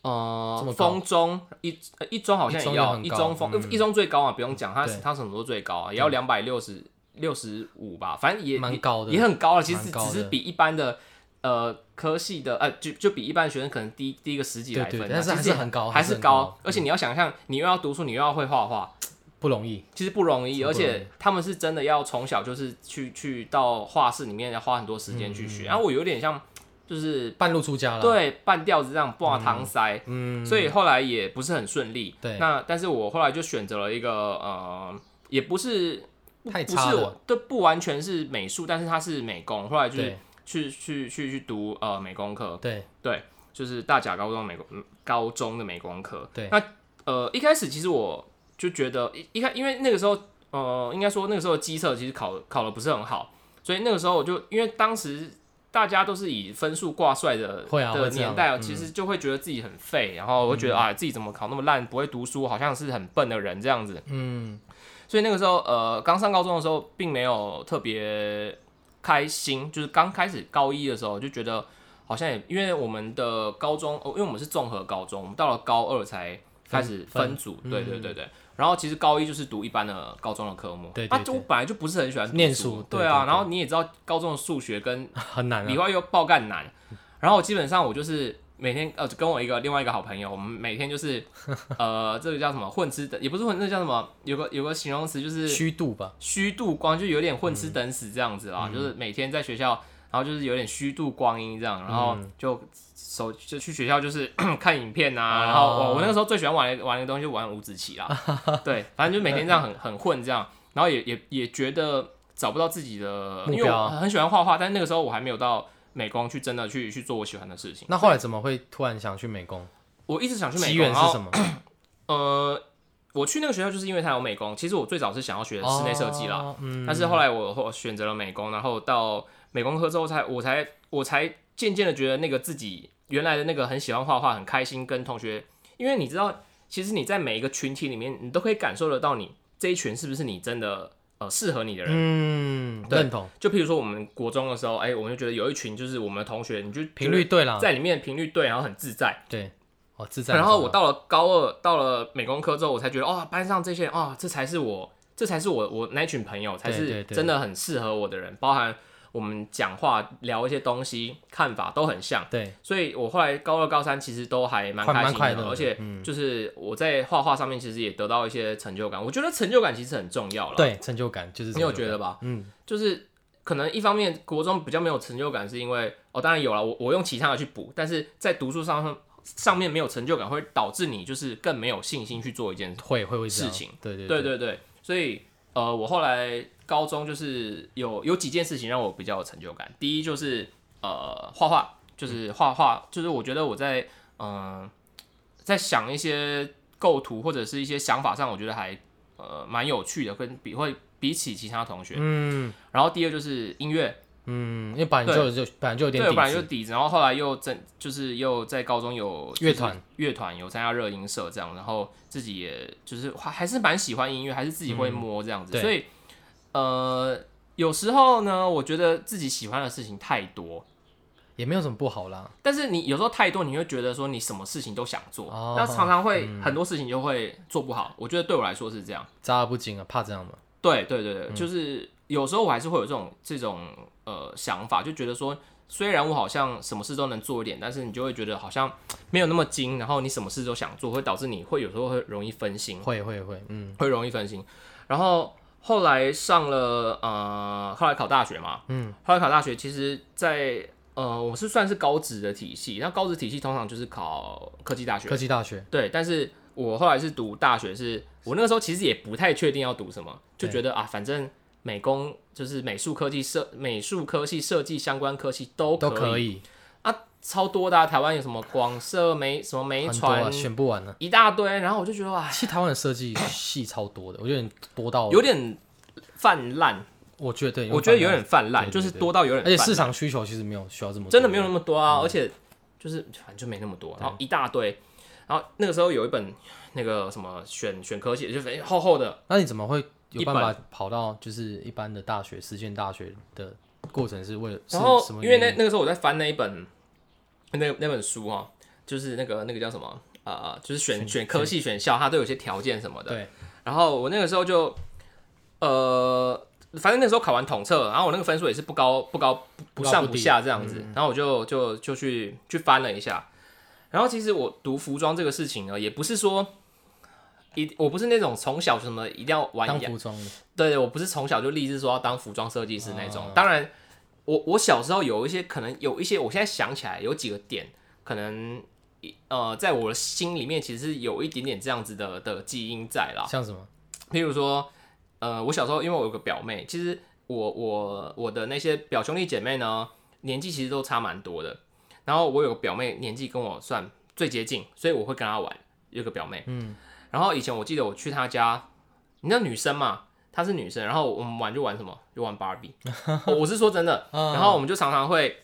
这呃么，高风中一呃一中好像也要一中也很一高中风嗯一中最高啊，不用讲，它对它什么都最高啊，也要两百六十六十五吧，反正也蛮也高的也很高啊了。其实蛮只高的是比一般的呃科系的呃就就比一般学生可能低低个十几对来分啊，对但是其还实是很高还还是是很高嗯高。而且你要想象，你又要读书，你又要会画画，不容易，其实不容易，真而不容易且他们是真的要从小就是去去到画室里面要花很多时间去嗯学。然后我有点像就是半路出家了，对半吊子这样挂搪塞。啊嗯，所以后来也不是很顺利。对那但是我后来就选择了一个呃，也不是太不差是了，我，对，不完全是美术，但是它是美工。后来就是对去去去去读呃美工课，对，对，就是大甲高中美工嗯高中的美工课。对那呃一开始其实我就觉得一一开，因为那个时候呃应该说那个时候的机测其实考考的不是很好，所以那个时候我就因为当时。大家都是以分数挂帅的会啊的会这样年代，嗯其实就会觉得自己很废，然后会觉得啊自己怎么考那么烂，不会读书，好像是很笨的人这样子。嗯，所以那个时候，呃，刚上高中的时候，并没有特别开心，就是刚开始高一的时候就觉得好像也，因为我们的高中，哦，因为我们是综合高中，我们到了高二才开始分组，分嗯对对对对。然后其实高一就是读一般的高中的科目，对对啊，对我本来就不是很喜欢读念书对对啊。对对然后你也知道，高中的数学跟很难理啊，化又爆干难，然后基本上我就是每天呃，跟我一个另外一个好朋友，我们每天就是呃，这个叫什么混吃等，也不是混，那叫什么？有个有个形容词就是虚度吧，虚度光，就有点混嗯吃等死这样子啦，就是每天在学校。然后就是有点虚度光阴这样，然后嗯就手就去学校就是 (coughs) 看影片啊，然后我我那个时候最喜欢玩的玩的东西就玩五子棋啦， (laughs) 对，反正就每天这样很很混这样，然后也也也觉得找不到自己的目标因为我很喜欢画画，但那个时候我还没有到美工去真的去去做我喜欢的事情。那后来怎么会突然想去美工？我一直想去机美工，缘然是后什么？呃，我去那个学校就是因为它有美工，其实我最早是想要学室内设计啦，哦，嗯，但是后来我后选择了美工，然后到美工科之后才，我才我才渐渐的觉得那个自己原来的那个很喜欢画画，很开心跟同学，因为你知道，其实你在每一个群体里面，你都可以感受得到你这一群是不是你真的呃适合你的人。嗯，对认同就譬如说我们国中的时候，哎、我们就觉得有一群就是我们的同学，你就频率对啦，在里面频率对，然后很自在。对，哦，自在很然重要。后我到了高二，到了美工科之后，我才觉得，哦，班上这些人，哦，这才是我，这才是我，我那群朋友才对是对对真的很适合我的人，包含我们讲话、聊一些东西、看法都很像。对，所以我后来高二、高三其实都还蛮快开蛮心快的，乐的嗯而且就是我在画画上面其实也得到一些成就感。我觉得成就感其实很重要了，对，成就感就是你有觉得吧？吧？嗯，就是可能一方面国中比较没有成就感，是因为哦，当然有了，我我用其他的去补，但是在读书上上面没有成就感，会导致你就是更没有信心去做一件事。会会会这样事情，对对对对对，所以呃，我后来高中就是有有几件事情让我比较有成就感。第一就是呃，画画，嗯就是画画，就是我觉得我在嗯、呃在想一些构图或者是一些想法上，我觉得还呃蛮有趣的，跟比会比起其他同学。嗯然后第二就是音乐，嗯，因为本来就对有就本来就有点对，我底本来就子，底子，然后后来又在就是又在高中有乐团，乐团有参加热音社这样，然后自己也就是还还是蛮喜欢音乐，还是自己会摸这样子，嗯对所以呃有时候呢，我觉得自己喜欢的事情太多。也没有什么不好啦。但是你有时候太多，你会觉得说你什么事情都想做，哦那常常会、很多事情就会做不好。我觉得对我来说是这样。杂而不精啊，怕这样嘛？对对对对，就是有时候我还是会有这种这种呃想法，就觉得说，虽然我好像什么事都能做一点，但是你就会觉得好像没有那么精，然后你什么事都想做，会导致你会有时候会容易分心，会会会，嗯，会容易分心。然后后来上了呃，后来考大学嘛，嗯，后来考大学，其实在，呃，我是算是高职的体系，那高职体系通常就是考科技大学科，技大学对，但是我后来是读大学是，我那个时候其实也不太确定要读什么，就对觉得啊，反正美工就是美术科技设美术科系设计相关科系都都可可以以，啊，超多的、啊，台湾有什么广设美什么美很多啊，传选不完呢。一大堆，然后我就觉得哇，其实台湾的 (coughs) 设计系超多的，我觉得多到，有点泛滥，我觉得对，我觉得有点，点泛滥，对对就是对多到有点而泛且嗯滥，市场需求其实没有需要这么多，真的没有那么多啊，而且就是反正就没那么多，然后一大堆，然后那个时候有一本那个什么选选科系，就反正厚厚的。那你怎么会有一办法跑到就是一般的大学、实践大学的过程是为了？是然后什么因为原那因那个时候我在翻那一本那那本书哦，就是那个那个叫什么呃，就是选选科系选校，它都有些条件什么的。对，然后我那个时候就呃，反正那时候考完统测，然后我那个分数也是不高不高不不高上不啊不低嗯下这样子，然后我就就就去去翻了一下。然后其实我读服装这个事情呢，也不是说一我不是那种从小什么一定要玩当服装的对，我不是从小就立志说要当服装设计师那种。啊当然，我我小时候有一些可能有一些，我现在想起来有几个点，可能呃，在我的心里面其实是有一点点这样子的的基因在啦。像什么？譬如说，呃，我小时候因为我有个表妹，其实我我我的那些表兄弟姐妹呢，年纪其实都差蛮多的。然后我有个表妹，年纪跟我算最接近，所以我会跟她玩。有个表妹，嗯，然后以前我记得我去她家，你知道女生嘛，她是女生，然后我们玩就玩什么，就玩芭比、哦我是说真的，嗯然后我们就常常会，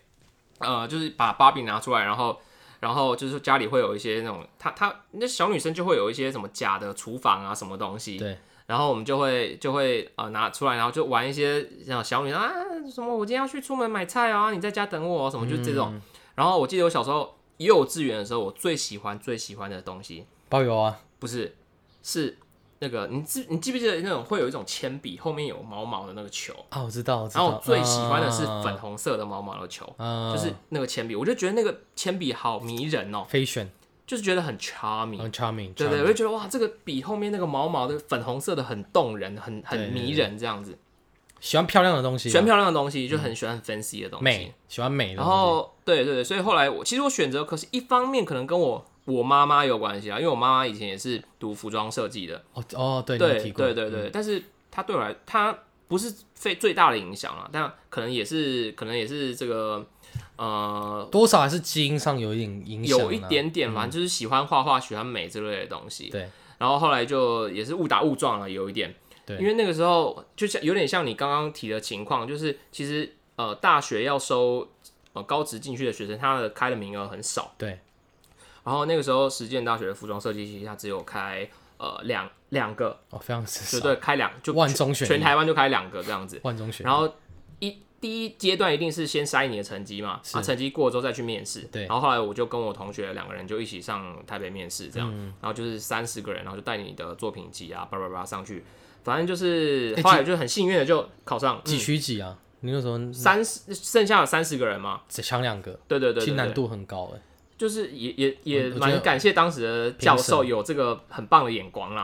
呃，就是把芭比拿出来，然后。然后就是家里会有一些那种，她她那小女生就会有一些什么假的厨房啊，什么东西，对，然后我们就会就会呃拿出来，然后就玩一些像小女生啊什么，我今天要去出门买菜啊，你在家等我哦什么，就这嗯种。然后我记得我小时候幼稚园的时候，我最喜欢最喜欢的东西包邮啊，不是是那个你记你记不记得那种会有一种铅笔后面有毛毛的那个球，啊，我知道，我知然道。后我最喜欢的是啊粉，红色的毛毛的球，啊就是那个铅笔，我就觉得那个铅笔好迷人哦， fashion，就是觉得很 charming。很 charming，嗯对对，我 charming 就觉得哇，这个比后面那个毛毛的粉红色的很动人，很对很对迷人这样子。喜欢漂亮的东西啊，嗯选漂亮的东西，就很喜欢 fancy 的东西。美，喜欢美的然东西。后，对对对，所以后来我其实我选择，可是一方面可能跟我我妈妈有关系啊，因为我妈妈以前也是读服装设计的，哦哦，对，你有对提过嗯对对对，但是她对我来，她不是最最大的影响了，但可能也是可能也是这个呃多少还是基因上有一点影响啊，有一点点嘛，就是喜欢画画、喜欢美之类的东西。对，然后后来就也是误打误撞了，有一点。对因为那个时候就像有点像你刚刚提的情况，就是其实呃大学要收呃高职进去的学生，他的开的名额很少。对。然后那个时候实践大学的服装设计系，它只有开呃两两个，哦，非常对之少，对，开两就万中选一全台湾就开两个这样子。 (laughs) 万中选一，然后一第一阶段一定是先筛你的成绩嘛，是啊，成绩过了之后再去面试。对然后后来我就跟我同学两个人就一起上台北面试，这样，嗯然后就是三十个人，然后就带你的作品集啊，叭叭叭上去，反正就是哎后来就很幸运的就考上几取几啊？你那时候嗯三十，剩下的三十个人嘛，只抢两个，对对对其实对难对，度很高哎。就是也也也我觉得蛮感谢当时的教授有这个很棒的眼光 (laughs) 啦，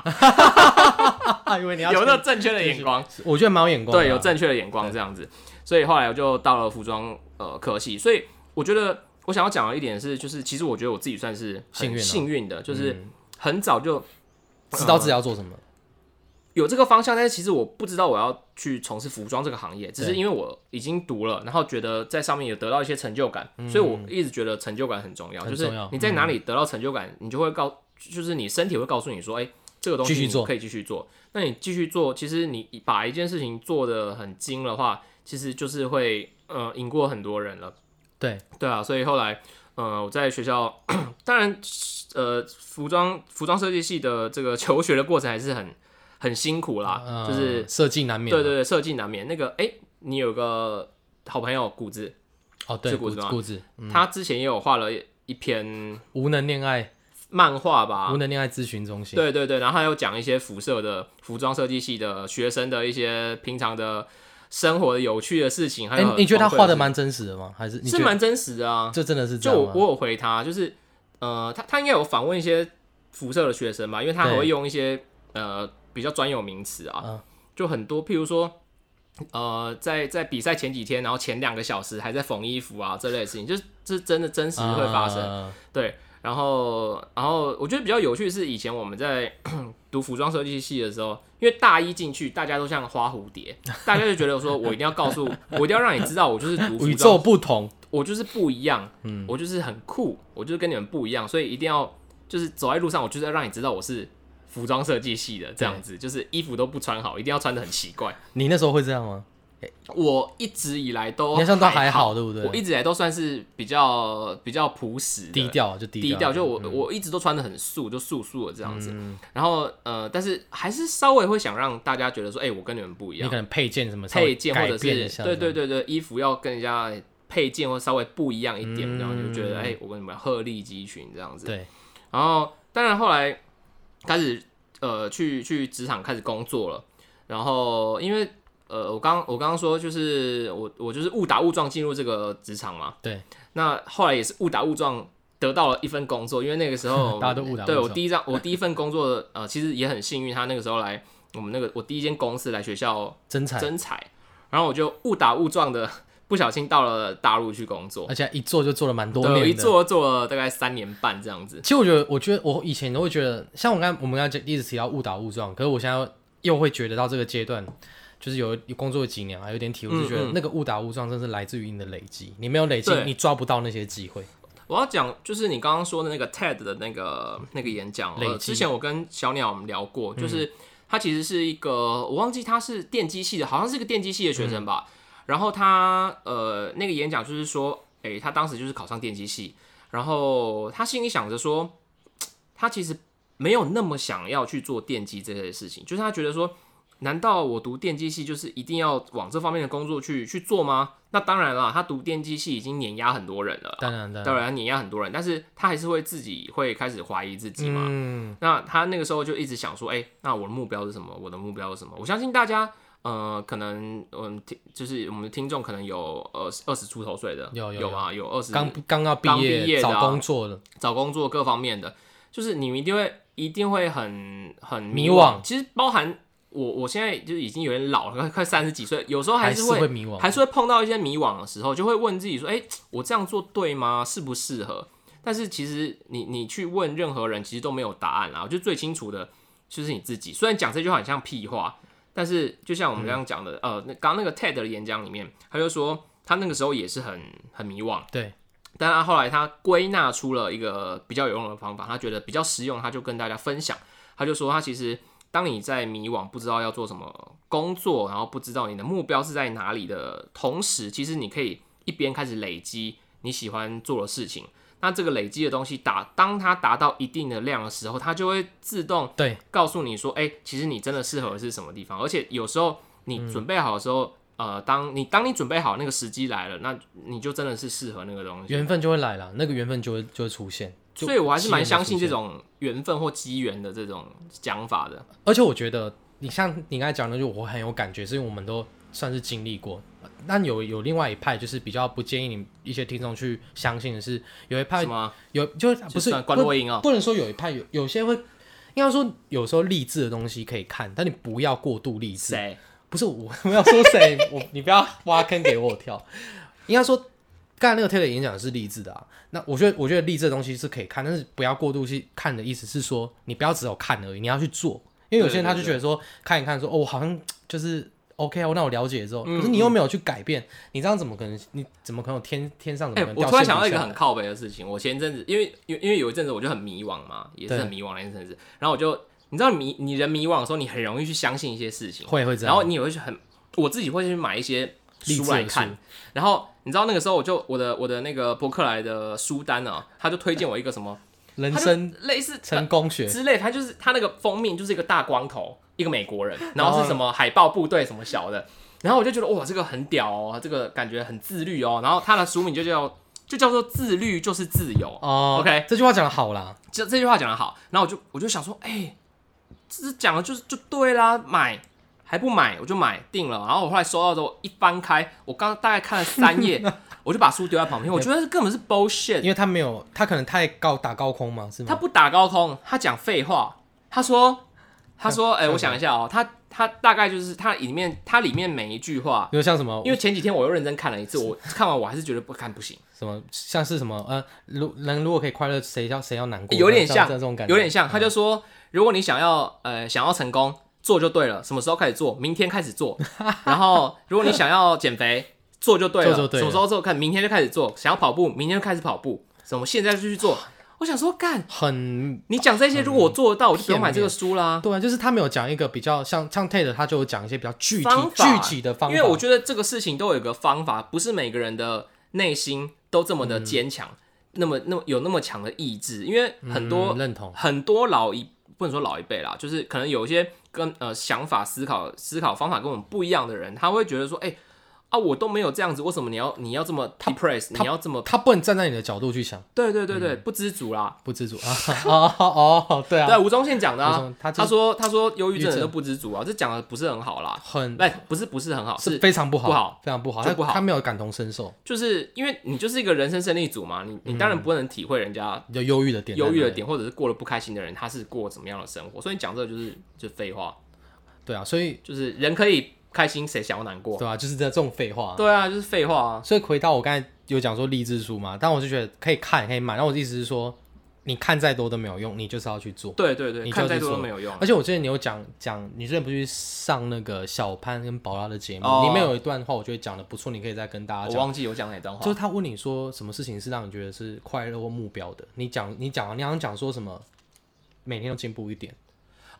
(laughs) 啊，以为你有那正确的眼光。我觉得蛮有眼光的啊，对，有正确的眼光这样子。所以后来我就到了服装呃科系，所以我觉得我想要讲的一点是，就是其实我觉得我自己算是很幸运哦幸运的，就是很早就嗯知道自己要做什么。有这个方向，但是其实我不知道我要去从事服装这个行业，只是因为我已经读了，然后觉得在上面有得到一些成就感，所以我一直觉得成就感很重要，嗯很就是重要嗯你在哪里得到成就感，你就会告，就是你身体会告诉你说，哎、这个东西继续做你可以继续做。那你继续做，其实你把一件事情做得很精的话，其实就是会呃赢过很多人了。对，对啊，所以后来，呃，我在学校，当然，呃，服装服装设计系的这个 (laughs) 求学的过程还是很很辛苦啦，呃嗯就是设计嗯难免啊对嘛。对对，设计难免。那个，哎、你有个好朋友谷子，哦，对，是骨骨子吗骨子他之前也有画了一篇无能恋爱漫画吧无，能恋爱咨询中心，啊对对对，然后还有讲一些辐射的服装设计系的学生的一些平常的生活的有趣的事情，还哎、有、哦你觉得他画的？蛮真实的吗？还是你觉是得蛮真实的啊，这真的是这就样我吗？我有回他，就是呃，他他应该有访问一些辐射的学生嘛，因为他还对会用一些呃比较专有名词啊，嗯就很多，譬如说呃，在在比赛前几天，然后前两个小时还在缝衣服啊这类的事情，就是这真的真实会发生。啊对，然后然后我觉得比较有趣的是，以前我们在读服装设计系的时候，因为大一进去，大家都像花蝴蝶，大家就觉得说我一定要告诉，我一定要让你知道我就是读服 (laughs) 宇宙装，不同，我就是不一样，嗯我就是很酷，我就是跟你们不一样，所以一定要就是走在路上，我就是要让你知道我是。服装设计系的这样子，就是衣服都不穿好，一定要穿的很奇怪。你那时候会这样吗？我一直以来都你好像都还好，好，对不对？我一直以来都算是比较比较朴实的低调嗯就低低调，就我、我一直都穿的很素，就素素的这样子。嗯然后呃，但是还是稍微会想让大家觉得说，哎、我跟你们不一你样可，能配件什么稍微配件或者改变一是下对对这样对对，衣服要跟人家配件或稍微不一样一点，然后就觉得哎、我跟你们鹤立鸡群这样子。嗯对，然后当然后来开始呃去去职场开始工作了，然后因为呃我刚我刚刚说就是我我就是误打误撞进入这个职场嘛，对，那后来也是误打误撞。得到了一份工作，因为那个时候 (laughs) 大家都误打误对我撞第一张我第一份工作，呃，其实也很幸运，他那个时候来我们那个我第一间公司来学校真才，征才，然后我就误打误撞的 (laughs) 不小心到了大陆去工作，而且一做就做了蛮哎多对，我年一的。做做了大概三年半这样子，其实我觉得，我觉得我以前都会觉得，像我刚我们刚才一直提到误打误撞，可是我现在又会觉得到这个阶段，就是有工作几年啊，有点体会，就觉得那个误打误撞真是来自于你的累积，你没有累积，嗯对啊你抓不到那些机会。我要讲就是你刚刚说的那个 TED 的那个那个演讲，累呃，积之前我跟小鸟我们聊过，就是他其实是一个我忘记他是电机系的，好像是个电机系的学生吧。然后他呃那个演讲就是说，诶、他当时就是考上电机系，然后他心里想着说，他其实没有那么想要去做电机这些事情，就是他觉得说，难道我读电机系就是一定要往这方面的工作去去做吗？那当然啦，他读电机系已经碾压很多人了啦。当然，当然，当然碾压很多人，但是他还是会自己会开始怀疑自己嘛。嗯，那他那个时候就一直想说，哎、那我的目标是什么？我的目标是什么？我相信大家，呃，可能嗯，听就是我们的听众可能有呃二十出头岁的，有有有啊，有二十刚刚要毕刚毕业业的找啊工作了，找工作各方面的，就是你们一定会一定会很很迷惘其实包含我，我现在就已经有点老了，快快三十几岁，有时候还是会迷惘，还是会碰到一些迷惘的时候，就会问自己说：“哎、我这样做对吗？适不适合？”但是其实你你去问任何人，其实都没有答案啦。我觉得最清楚的就是你自己。虽然讲这句话很像屁话，但是就像我们刚刚讲的，呃，那刚刚那个 TED 的演讲里面，他就说他那个时候也是很很迷惘，对，但他后来他归纳出了一个比较有用的方法，他觉得比较实用，他就跟大家分享。他就说，他其实当你在迷惘、不知道要做什么工作，然后不知道你的目标是在哪里的同时，其实你可以一边开始累积你喜欢做的事情。那这个累积的东西达，当它达到一定的量的时候，它就会自动对，告诉你说，哎、其实你真的适合的是什么地方。而且有时候你准备好的时候，呃，当你当你准备好那个时机来了，那你就真的是适合那个东西。缘分就会来了，那个缘分就会就会出现。就所以我还是蛮相信机这缘的出种缘分或机缘的这种讲法的。现，而且我觉得你像你刚才讲的，就我很有感觉，是因为我们都算是经历过。但有有另外一派，就是比较不建议你一些听众去相信的是，有一派什么？有就是哎不是算关不洛英啊？不能说有一派有有些会，应该说有时候励志的东西可以看，但你不要过度励志。谁？不是我，我要说谁？ (laughs) 我你不要挖坑给我跳。应该说，刚才那个 t e 演讲是励志的啊。那我觉得，我觉得励志的东西是可以看，但是不要过度去看的意思是说，你不要只有看而已，你要去做。因为有些人他就觉得说，看一看说，哦，我好像就是 OK 哦，那我了解之后，嗯可是你又没有去改变，你这样怎么可能？你怎么可能有天天上怎哎、么可能我掉突然馅想到饼一个下很靠北的事情。我前阵子因为因为因为有一阵子我就很迷惘嘛，也是对很迷惘的一阵子。然后我就你知道迷你人迷惘的时候，你很容易去相信一些事情，会会这然样后你也会去很我自己会去买一些励志书的来看书。然后你知道那个时候我就我的我的那个博客来的书单啊，他就推荐我一个什么人他就生类似成功学之类，他就是他那个封面就是一个大光头，一个美国人，然后是什么海豹部队什么小的，然后我就觉得哇，这个很屌哦，这个感觉很自律哦。然后他的书名就叫就叫做自律就是自由。哦 OK 这句话讲的好啦，这这句话讲的好，然后我就我就想说，哎、这这讲的就是就对啦，买还不买我就买定了。然后我后来收到之后一翻开，我刚大概看了三页，我就把书丢在旁边，我觉得根本是 bullshit。因为他没有，他可能太高打高空嘛，是他吗？不打高空，他讲废话。他说，他说，哎、像我想一下哦，他他大概就是他里面他里面每一句话，就像什么，因为前几天我又认真看了一次，我看完我还是觉得不看不 (laughs) 行，什么像是什么呃，如人如果可以快乐，谁要谁要难过，有点这像样这种感觉，嗯有点像。他就说，如果你想要呃想要成功，做就对了，什么时候开始做？明天开始 (laughs) 做。然后如果你想要减肥，做就对了，做就对了什么时候做？看明天就开始做。想要跑步，明天就开始跑步。什么现在就去 (sighs) 做？我想说，干，很你讲这些，如果我做得到，我就不用买片面这个书啦。对啊，就是他没有讲一个比较像像 Ted，他就有讲一些比较具体方法具体的方法，因为我觉得这个事情都有一个方法，不是每个人的内心都这么的坚强，那么那么有那么强的意志。因为很多、嗯认同，很多老一不能说老一辈啦，就是可能有一些跟呃想法、思考、思考方法跟我们不一样的人，他会觉得说，哎、啊，我都没有这样子，为什么你要你要这么 depressed？你要这么他不能站在你的角度去想，对对对对、不知足啦？不知足 (laughs) 啊，哦哦哦，对对，啊，吴宗宪讲的吴啊宗，他就是他说他说忧郁症的人都抑郁症不知足啊，这讲的不是很好啦，很不不是不是很好，是是非常不好，不好非常不好，就他不好他没有感同身受，就是因为你就是一个人生胜利组嘛，你你当然不能体会人家有忧嗯郁的点，忧郁的，点，或者是过得不开心的人，他是过怎么样的生活。所以你讲这个就是就废话，对啊，所以就是人可以开心，谁想要难过？对啊，就是这这种废话，对啊，就是废话啊。所以回到我刚才有讲说励志书嘛，但我就觉得可以看可以买，然后我的意思是说，你看再多都没有用，你就是要去做。对对对，你看就是再多都说没有用。啊而且我之前你有讲讲，你之前不是去上那个小潘跟宝拉的节目，哦里面有一段话，我觉得讲的不错，你可以再跟大家我讲。忘记有讲哪段就话是他问你说什么事情是让你觉得是快乐或目标的，你讲你讲啊，你好像讲说什么每天都进步一点，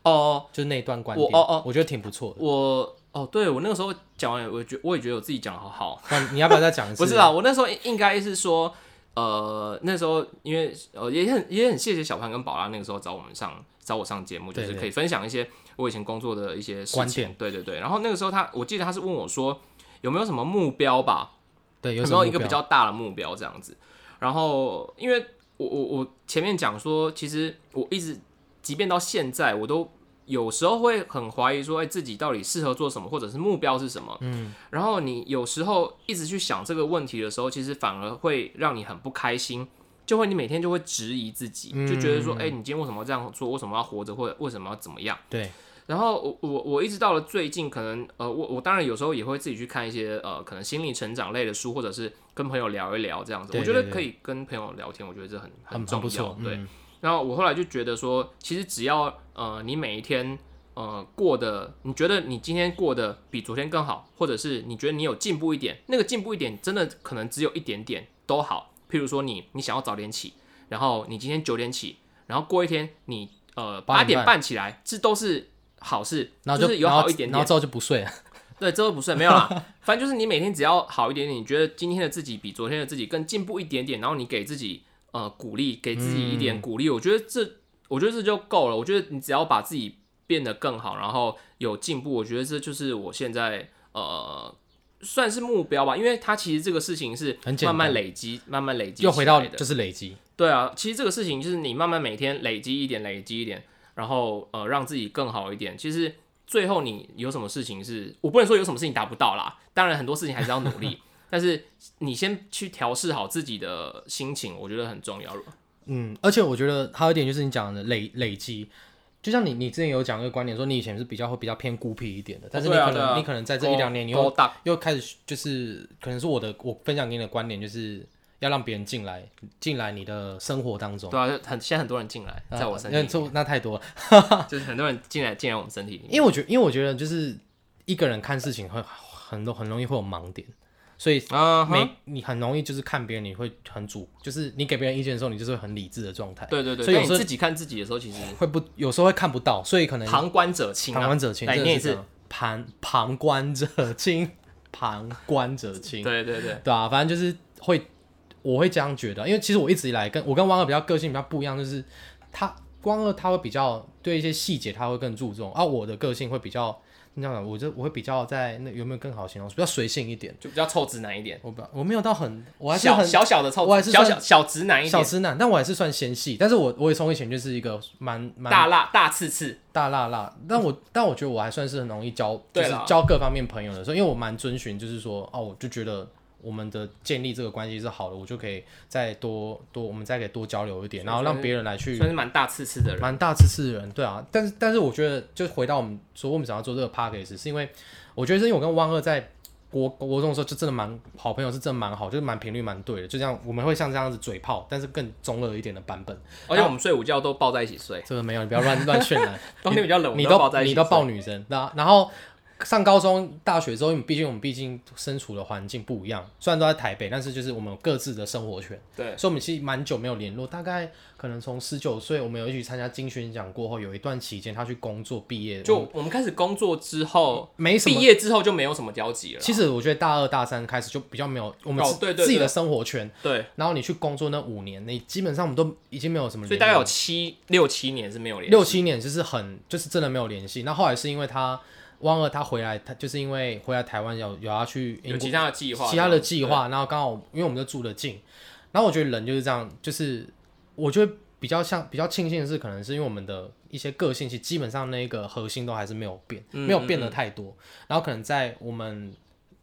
哦，就是那一段观点，我哦哦我觉得挺不错的。我我哦，对我那个时候讲完，我觉我也觉得我自己讲的好啊好。那你要不要再讲一次？ (laughs) 不是啊，我那时候应该是说，呃，那时候因为呃也很也很谢谢小潘跟宝拉那个时候找我们上找我上节目，就对是对可以分享一些我以前工作的一些事观情点。对对对，然后那个时候他，我记得他是问我说有没有什么目标吧，对，有有什没有么一个目比标较大的目标这样子？然后，因为我我我前面讲说，其实我一直，即便到现在，我都有时候会很怀疑说，哎、自己到底适合做什么，或者是目标是什么？嗯。然后你有时候一直去想这个问题的时候，其实反而会让你很不开心，就会你每天就会质疑自己，嗯就觉得说，哎、你今天为什么要这样做？为什么要活着？或者为什么要怎么样？对，然后我我我一直到了最近，可能呃，我我当然有时候也会自己去看一些呃，可能心理成长类的书，或者是跟朋友聊一聊这样子。对我觉对得对可以跟朋友聊天，我觉得这很很重很不要错。，对。嗯然后我后来就觉得说，其实只要呃，你每一天呃过的，你觉得你今天过得比昨天更好，或者是你觉得你有进步一点，那个进步一点真的可能只有一点点都好。譬如说你你想要早点起，然后你今天九点起，然后过一天你呃八八点点半半起来，这都是好事，然后就就是有然后好一点然后点。之后就不睡了，对，这都不算没有啦，反正就是你每天只要好一点点，你觉得今天的自己比昨天的自己更进步一点点，然后你给自己呃鼓励，给自己一嗯点鼓励，我觉得这我觉得这就够了。我觉得你只要把自己变得更好，然后有进步，我觉得这就是我现在呃算是目标吧，因为它其实这个事情是很简慢单慢累积，慢慢累积起来的，又回到就是累积。对啊，其实这个事情就是你慢慢每天累积一点，累积一点，然后呃让自己更好一点。其实最后你有什么事情是我不能说有什么事情达不到啦，当然很多事情还是要努 (laughs) 力，但是你先去调试好自己的心情，我觉得很重要。嗯，而且我觉得还有一点就是你讲的累累积，就像你你之前有讲一个观点说你以前是比较会比较偏孤僻一点的，但是你对啊可能、对啊你可能在这一两年你勾又搭又开始就是可能是我的我分享给你的观点就是要让别人进来进来你的生活当中，对啊，就很现在很多人进来，在我身啊体那里 (laughs) 这那太多了，面，就是很多人进来进来我们身体里面。因为我觉因为我觉得就是一个人看事情会很多很容易会有盲点，所以啊每、你很容易就是看别人你会很主，就是你给别人意见的时候你就是会很理智的状态，对对对，所但以有你时候自己看自己的时候，其实会不有时候会看不到，所以可能旁观者清旁啊，观者清，来真的念一是这次样，旁旁观者 (laughs) 清，旁观者清，对对对，对啊，反正就是会，我会这样觉得，因为其实我一直以来跟我跟汪哥比较个性比较不一样，就是他光二他会比较对一些细节他会更注重，啊，我的个性会比较，你知道吗？我就我会比较在那有没有更好形容？比较随性一点，就比较臭直男一点，我不我没有到很，我还是小很小小的臭直，我还是小算小小直男一小点，直男，但我还是算纤细，但是我我也从以前就是一个蛮蛮大辣大刺刺，大辣辣，但我但我觉得我还算是很容易交，就对是啦交各方面朋友的时候，因为我蛮遵循，就是说哦，我就觉得我们的建立这个关系是好的，我就可以再多多，我们再给多交流一点，然后让别人来去算是蛮大刺刺的人。嗯蛮大刺刺的人，对啊，但是但是我觉得，就回到我们说我们想要做这个 p a c k a g e 是因为我觉得是因为我跟汪二在国国中的时候就真的蛮好朋友，是真的蛮好，就是蛮频率蛮对的，就这样我们会像这样子嘴炮，但是更中二一点的版本。而且我们睡午觉都抱在一起 (laughs) 睡，这个没有，你不要乱乱渲染，冬天比较冷，我你们都抱在一起你睡。都抱女生，那然后。上高中、大学之后，因为毕竟我们毕竟身处的环境不一样，虽然都在台北，但是就是我们有各自的生活圈。对，所以我们其实蛮久没有联络，大概可能从十九岁，我们有一起参加金选奖过后，有一段期间他去工作毕业，就我们我们开始工作之后，没嗯什毕么。业之后就没有什么交集了。其实我觉得大二大三开始就比较没有我们哦自对对自己对的生活圈，对，然后你去工作那五年，你基本上我们都已经没有什么联络，所以大概有七六七年是没有联系。六七年就是很就是真的没有联系。那后来是因为他汪二他回来，他就是因为回来台湾有有要去有英国其他的计划，其他的计划，然后刚好因为我们就住得近，然后我觉得人就是这样，就是我觉得比较像比较庆幸的是，可能是因为我们的一些个性，其实基本上那个核心都还是没有变，嗯没有变得太多。然后可能在我们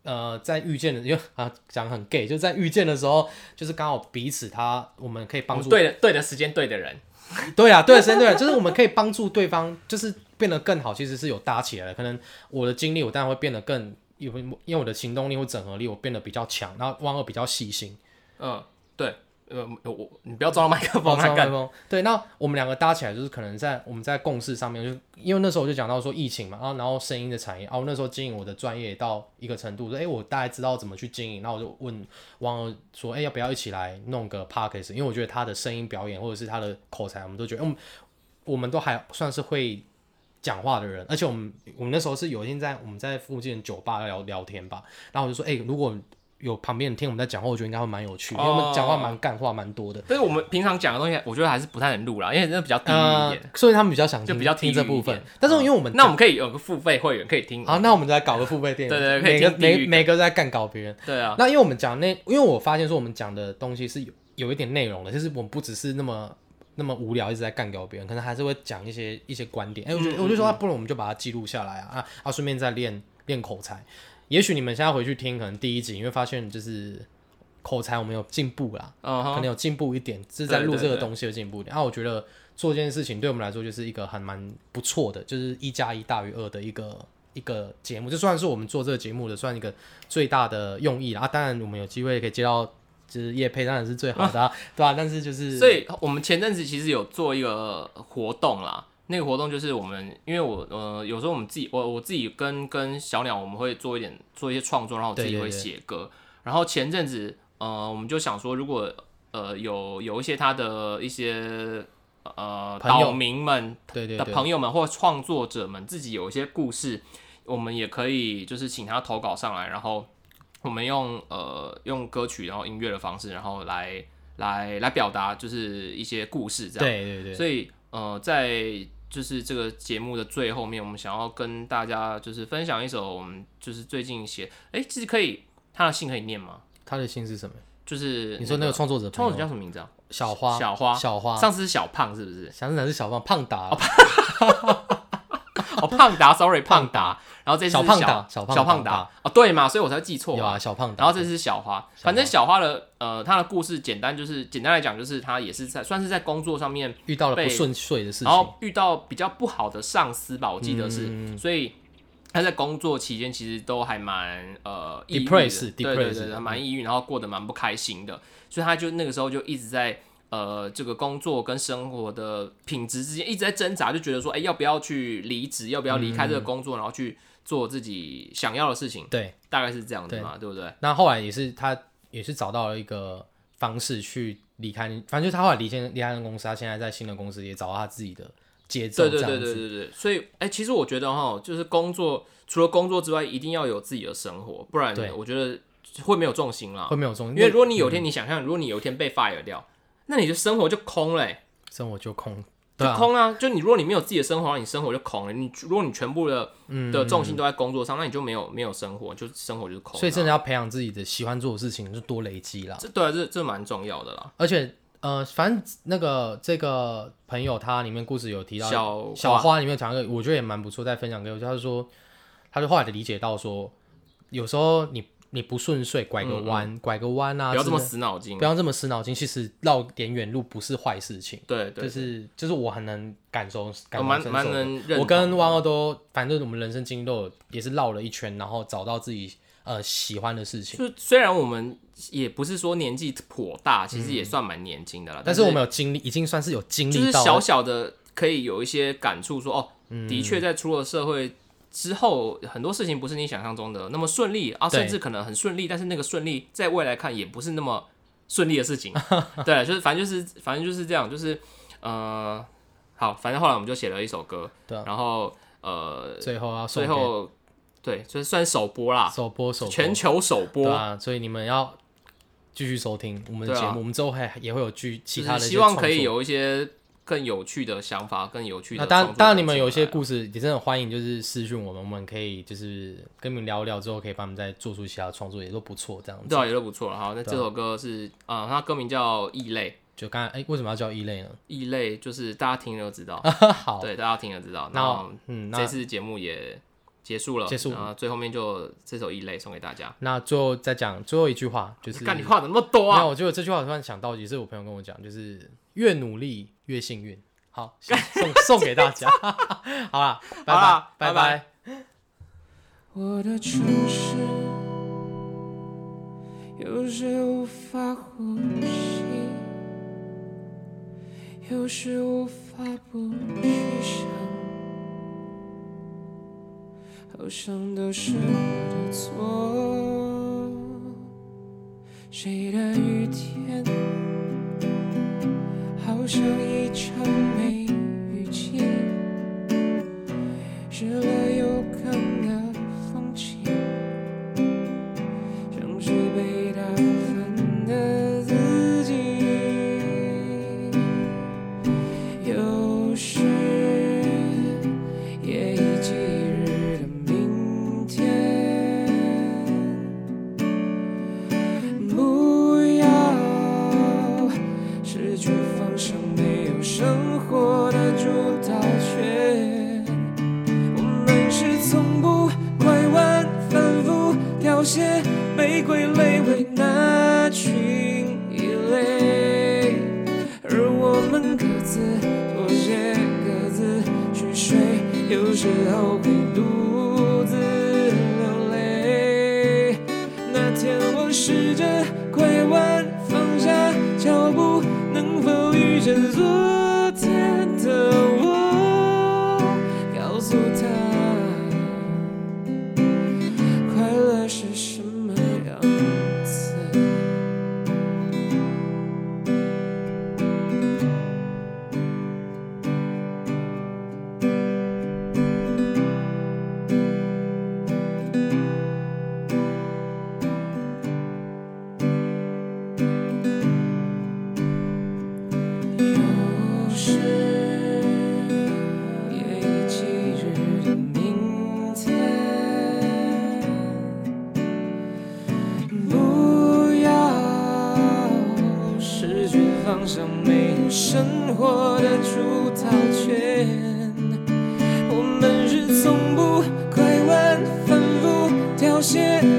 呃在遇见的，因为啊讲很 gay，就在遇见的时候，就是刚好彼此他我们可以对，我帮们助，对的对的时间对的人，对啊，对，真的就是我们可以帮助对方，就是变得更好，其实是有搭起来的。可能我的经历，我当然会变得更。因为因为我的行动力或整合力，我变得比较强，然后汪二比较细心，嗯，对，呃，我你不要装到麦 (laughs) 克包风啊，装干麦克风。对，那我们两个搭起来，就是可能在我们在共事上面，就因为那时候我就讲到说疫情嘛，啊然后然后声音的产业，然后那时候经营我的专业到一个程度，说哎、诶我大概知道怎么去经营，然后我就问汪儿说，哎、要不要一起来弄个 podcast？因为我觉得他的声音表演或者是他的口才，我们都觉得，嗯，我们都还算是会。讲话的人，而且我们我们那时候是有一天在我们在附近的酒吧聊聊天吧，然后我就说，哎、如果有旁边人听我们在讲话，我觉得应该会蛮有趣，因为我们讲话蛮干话蛮多的。但是我们平常讲的东西，我觉得还是不太能录啦，因为真的比较低一呃点。，所以他们比较想就听比较听地这狱部一分点。嗯但是因为我们那我们可以有个付费会员可以听。好，那我们再搞个付费电影，对对对可以每个听地狱每每个都在干搞别人。对啊，那因为我们讲那，因为我发现说我们讲的东西是有有一点内容的，就是我们不只是那么那么无聊一直在干搞别人，可能还是会讲一些一些观点。哎、我就、嗯嗯我就说，啊不如我们就把它记录下来啊啊啊，顺便再练练口才。也许你们现在回去听，可能第一集你会发现就是口才我们有进步啦。嗯可哼，能有进步一点，是在对录对这个对东西有进步一点。然后啊我觉得做这件事情对我们来说就是一个还蛮不错的，就是一加一大于二的一个一个节目，就算是我们做这个节目的算一个最大的用意啦。啊，当然我们有机会可以接到就是叶配，当然是最 (laughs) 好的、啊，对吧、但是就是所以我们前阵子其实有做一个活动啦。那个活动就是我们，因为我呃，有时候我们自己，我我自己跟跟小鸟，我们会做一点做一些创作，然后我自己对对会对写歌。然后前阵子呃，我们就想说，如果呃有有一些他的一些呃朋友岛民们对对的对，朋友们或创作者们自己有一些故事，我们也可以就是请他投稿上来，然后我们用呃用歌曲然后音乐的方式，然后来来来表达就是一些故事这样。对对对，所以呃，在就是这个节目的最后面，我们想要跟大家就是分享一首我们就是最近写，哎、其实可以他的信可以念吗？他的心是什么？就是你说那个创作者朋创友作者叫什么名字啊？小花小花小花，上次是小胖是不是？想想是小胖胖达、 (laughs) 哦，胖达，sorry，胖达，然后这次是小胖达小小胖胖达达，哦，对嘛，所以我才记错有啊。啊小胖达，然后这次是小花，反正小花的呃，她的故事简单就是简单来讲，就是她也是在算是在工作上面，遇到了不被顺遂的事然情，后遇到比较不好的上司吧，我记得是，嗯所以她在工作期间其实都还蛮呃抑郁的 Depressed，对对 depressed，对，还蛮抑郁，然后过得蛮不开心的，所以她就那个时候就一直在。呃，这个工作跟生活的品质之间一直在挣扎，就觉得说，哎、要不要去离职，要不要离开这个工作，然后去做自己想要的事情，对。大概是这样子嘛，对不对？那后来也是他也是找到了一个方式去离开，反正就是他后来离开离开那个公司，他现在在新的公司也找到他自己的节奏对这对样对子。对对对，所以哎、其实我觉得哈，就是工作除了工作之外，一定要有自己的生活，不然对哦嗯我觉得会没有重心啦会。没有中，因为如果你有一天你想象，如果你有一天被 fire 掉，那你的生活就空了、欸生活就空就对啊空啊！就你如果你没有自己的生活，你生活就空了。你如果你全部的嗯的重心都在工作上，那你就没有没有生活，就生活就是空啊、所以真的要培养自己的喜欢做的事情，就多累积啦。这对啊，这这蛮重要的啦。而且呃，反正那个这个朋友他里面故事有提到小花小花里面有讲一个，我觉得也蛮不错，再分享给我。他就说，他就后来的理解到说，有时候你你不顺遂，拐个弯，拐个弯啊，嗯不要这么之类死脑筋不。要这么死脑筋，其实绕点远路不是坏事情。对对，就是就是我很能感受，我感同蛮身蛮受的能认我同跟汪二都，反正我们人生经历都有，也是绕了一圈，然后找到自己呃喜欢的事情。就是虽然我们也不是说年纪颇大，其实也算蛮年轻的啦，但是啊是我们有经历，已经算是有经就是历到啊小小的可以有一些感触，说哦，的确在出了社会之后，很多事情不是你想象中的那么顺利啊，对甚至可能很顺利，但是那个顺利在未来看也不是那么顺利的事 (laughs) 情。对，就是反正就是反正就是这样，就是呃，好，反正后来我们就写了一首歌，对啊然后呃，最后要送最给后对，就是算首播啦，首播首播全球首播对。啊，所以你们要继续收听我们的对节啊目，我们之后还也会有剧其就是他的一些希望可以创作。有一些更有趣的想法，更有趣的那创当作啊然，者当然你们有一进些来故事也真的欢迎，就是私讯我们，我们可以就是跟你们聊一聊，之后可以帮你们再做出其他创作，也都不错。这样子，对啊，也都不错了。好，那这首歌是啊、它歌名叫《异类》，就刚才哎、为什么要叫异类呢？异类就是大家听了就知道，啊 (laughs) 好，对，大家听了知道。然那后嗯，这那次节目也结束了，结束啊，最后面就这首《异类》送给大家。那最后再讲最后一句话，就是看你话怎么那么多没啊！有，我觉得这句话我突然想到，也是我朋友跟我讲，就是越努力越幸运。 (laughs) 好，送送给大家。 (laughs) 好啦，拜好啦拜拜拜拜。我的城市有时无法呼吸，有时无法不去想，好像都是我的错。谁的雨天，好像一场梅雨季。湿了又干的风景，像是被打翻的自己。有时夜以继日的明天，不要失去方向，没有生活的主导权。我们是从不拐弯、反复凋谢、玫瑰泪为那群异类，而我们各自妥协，各自去睡，有时候会独自流泪。那天我试着拐弯，放下脚步，能否遇见昨天的我？告诉他，快乐是什么样子？有时夜以继日的明天，不要失去方向，没有生活的主导权。我们是从不拐弯、反复凋谢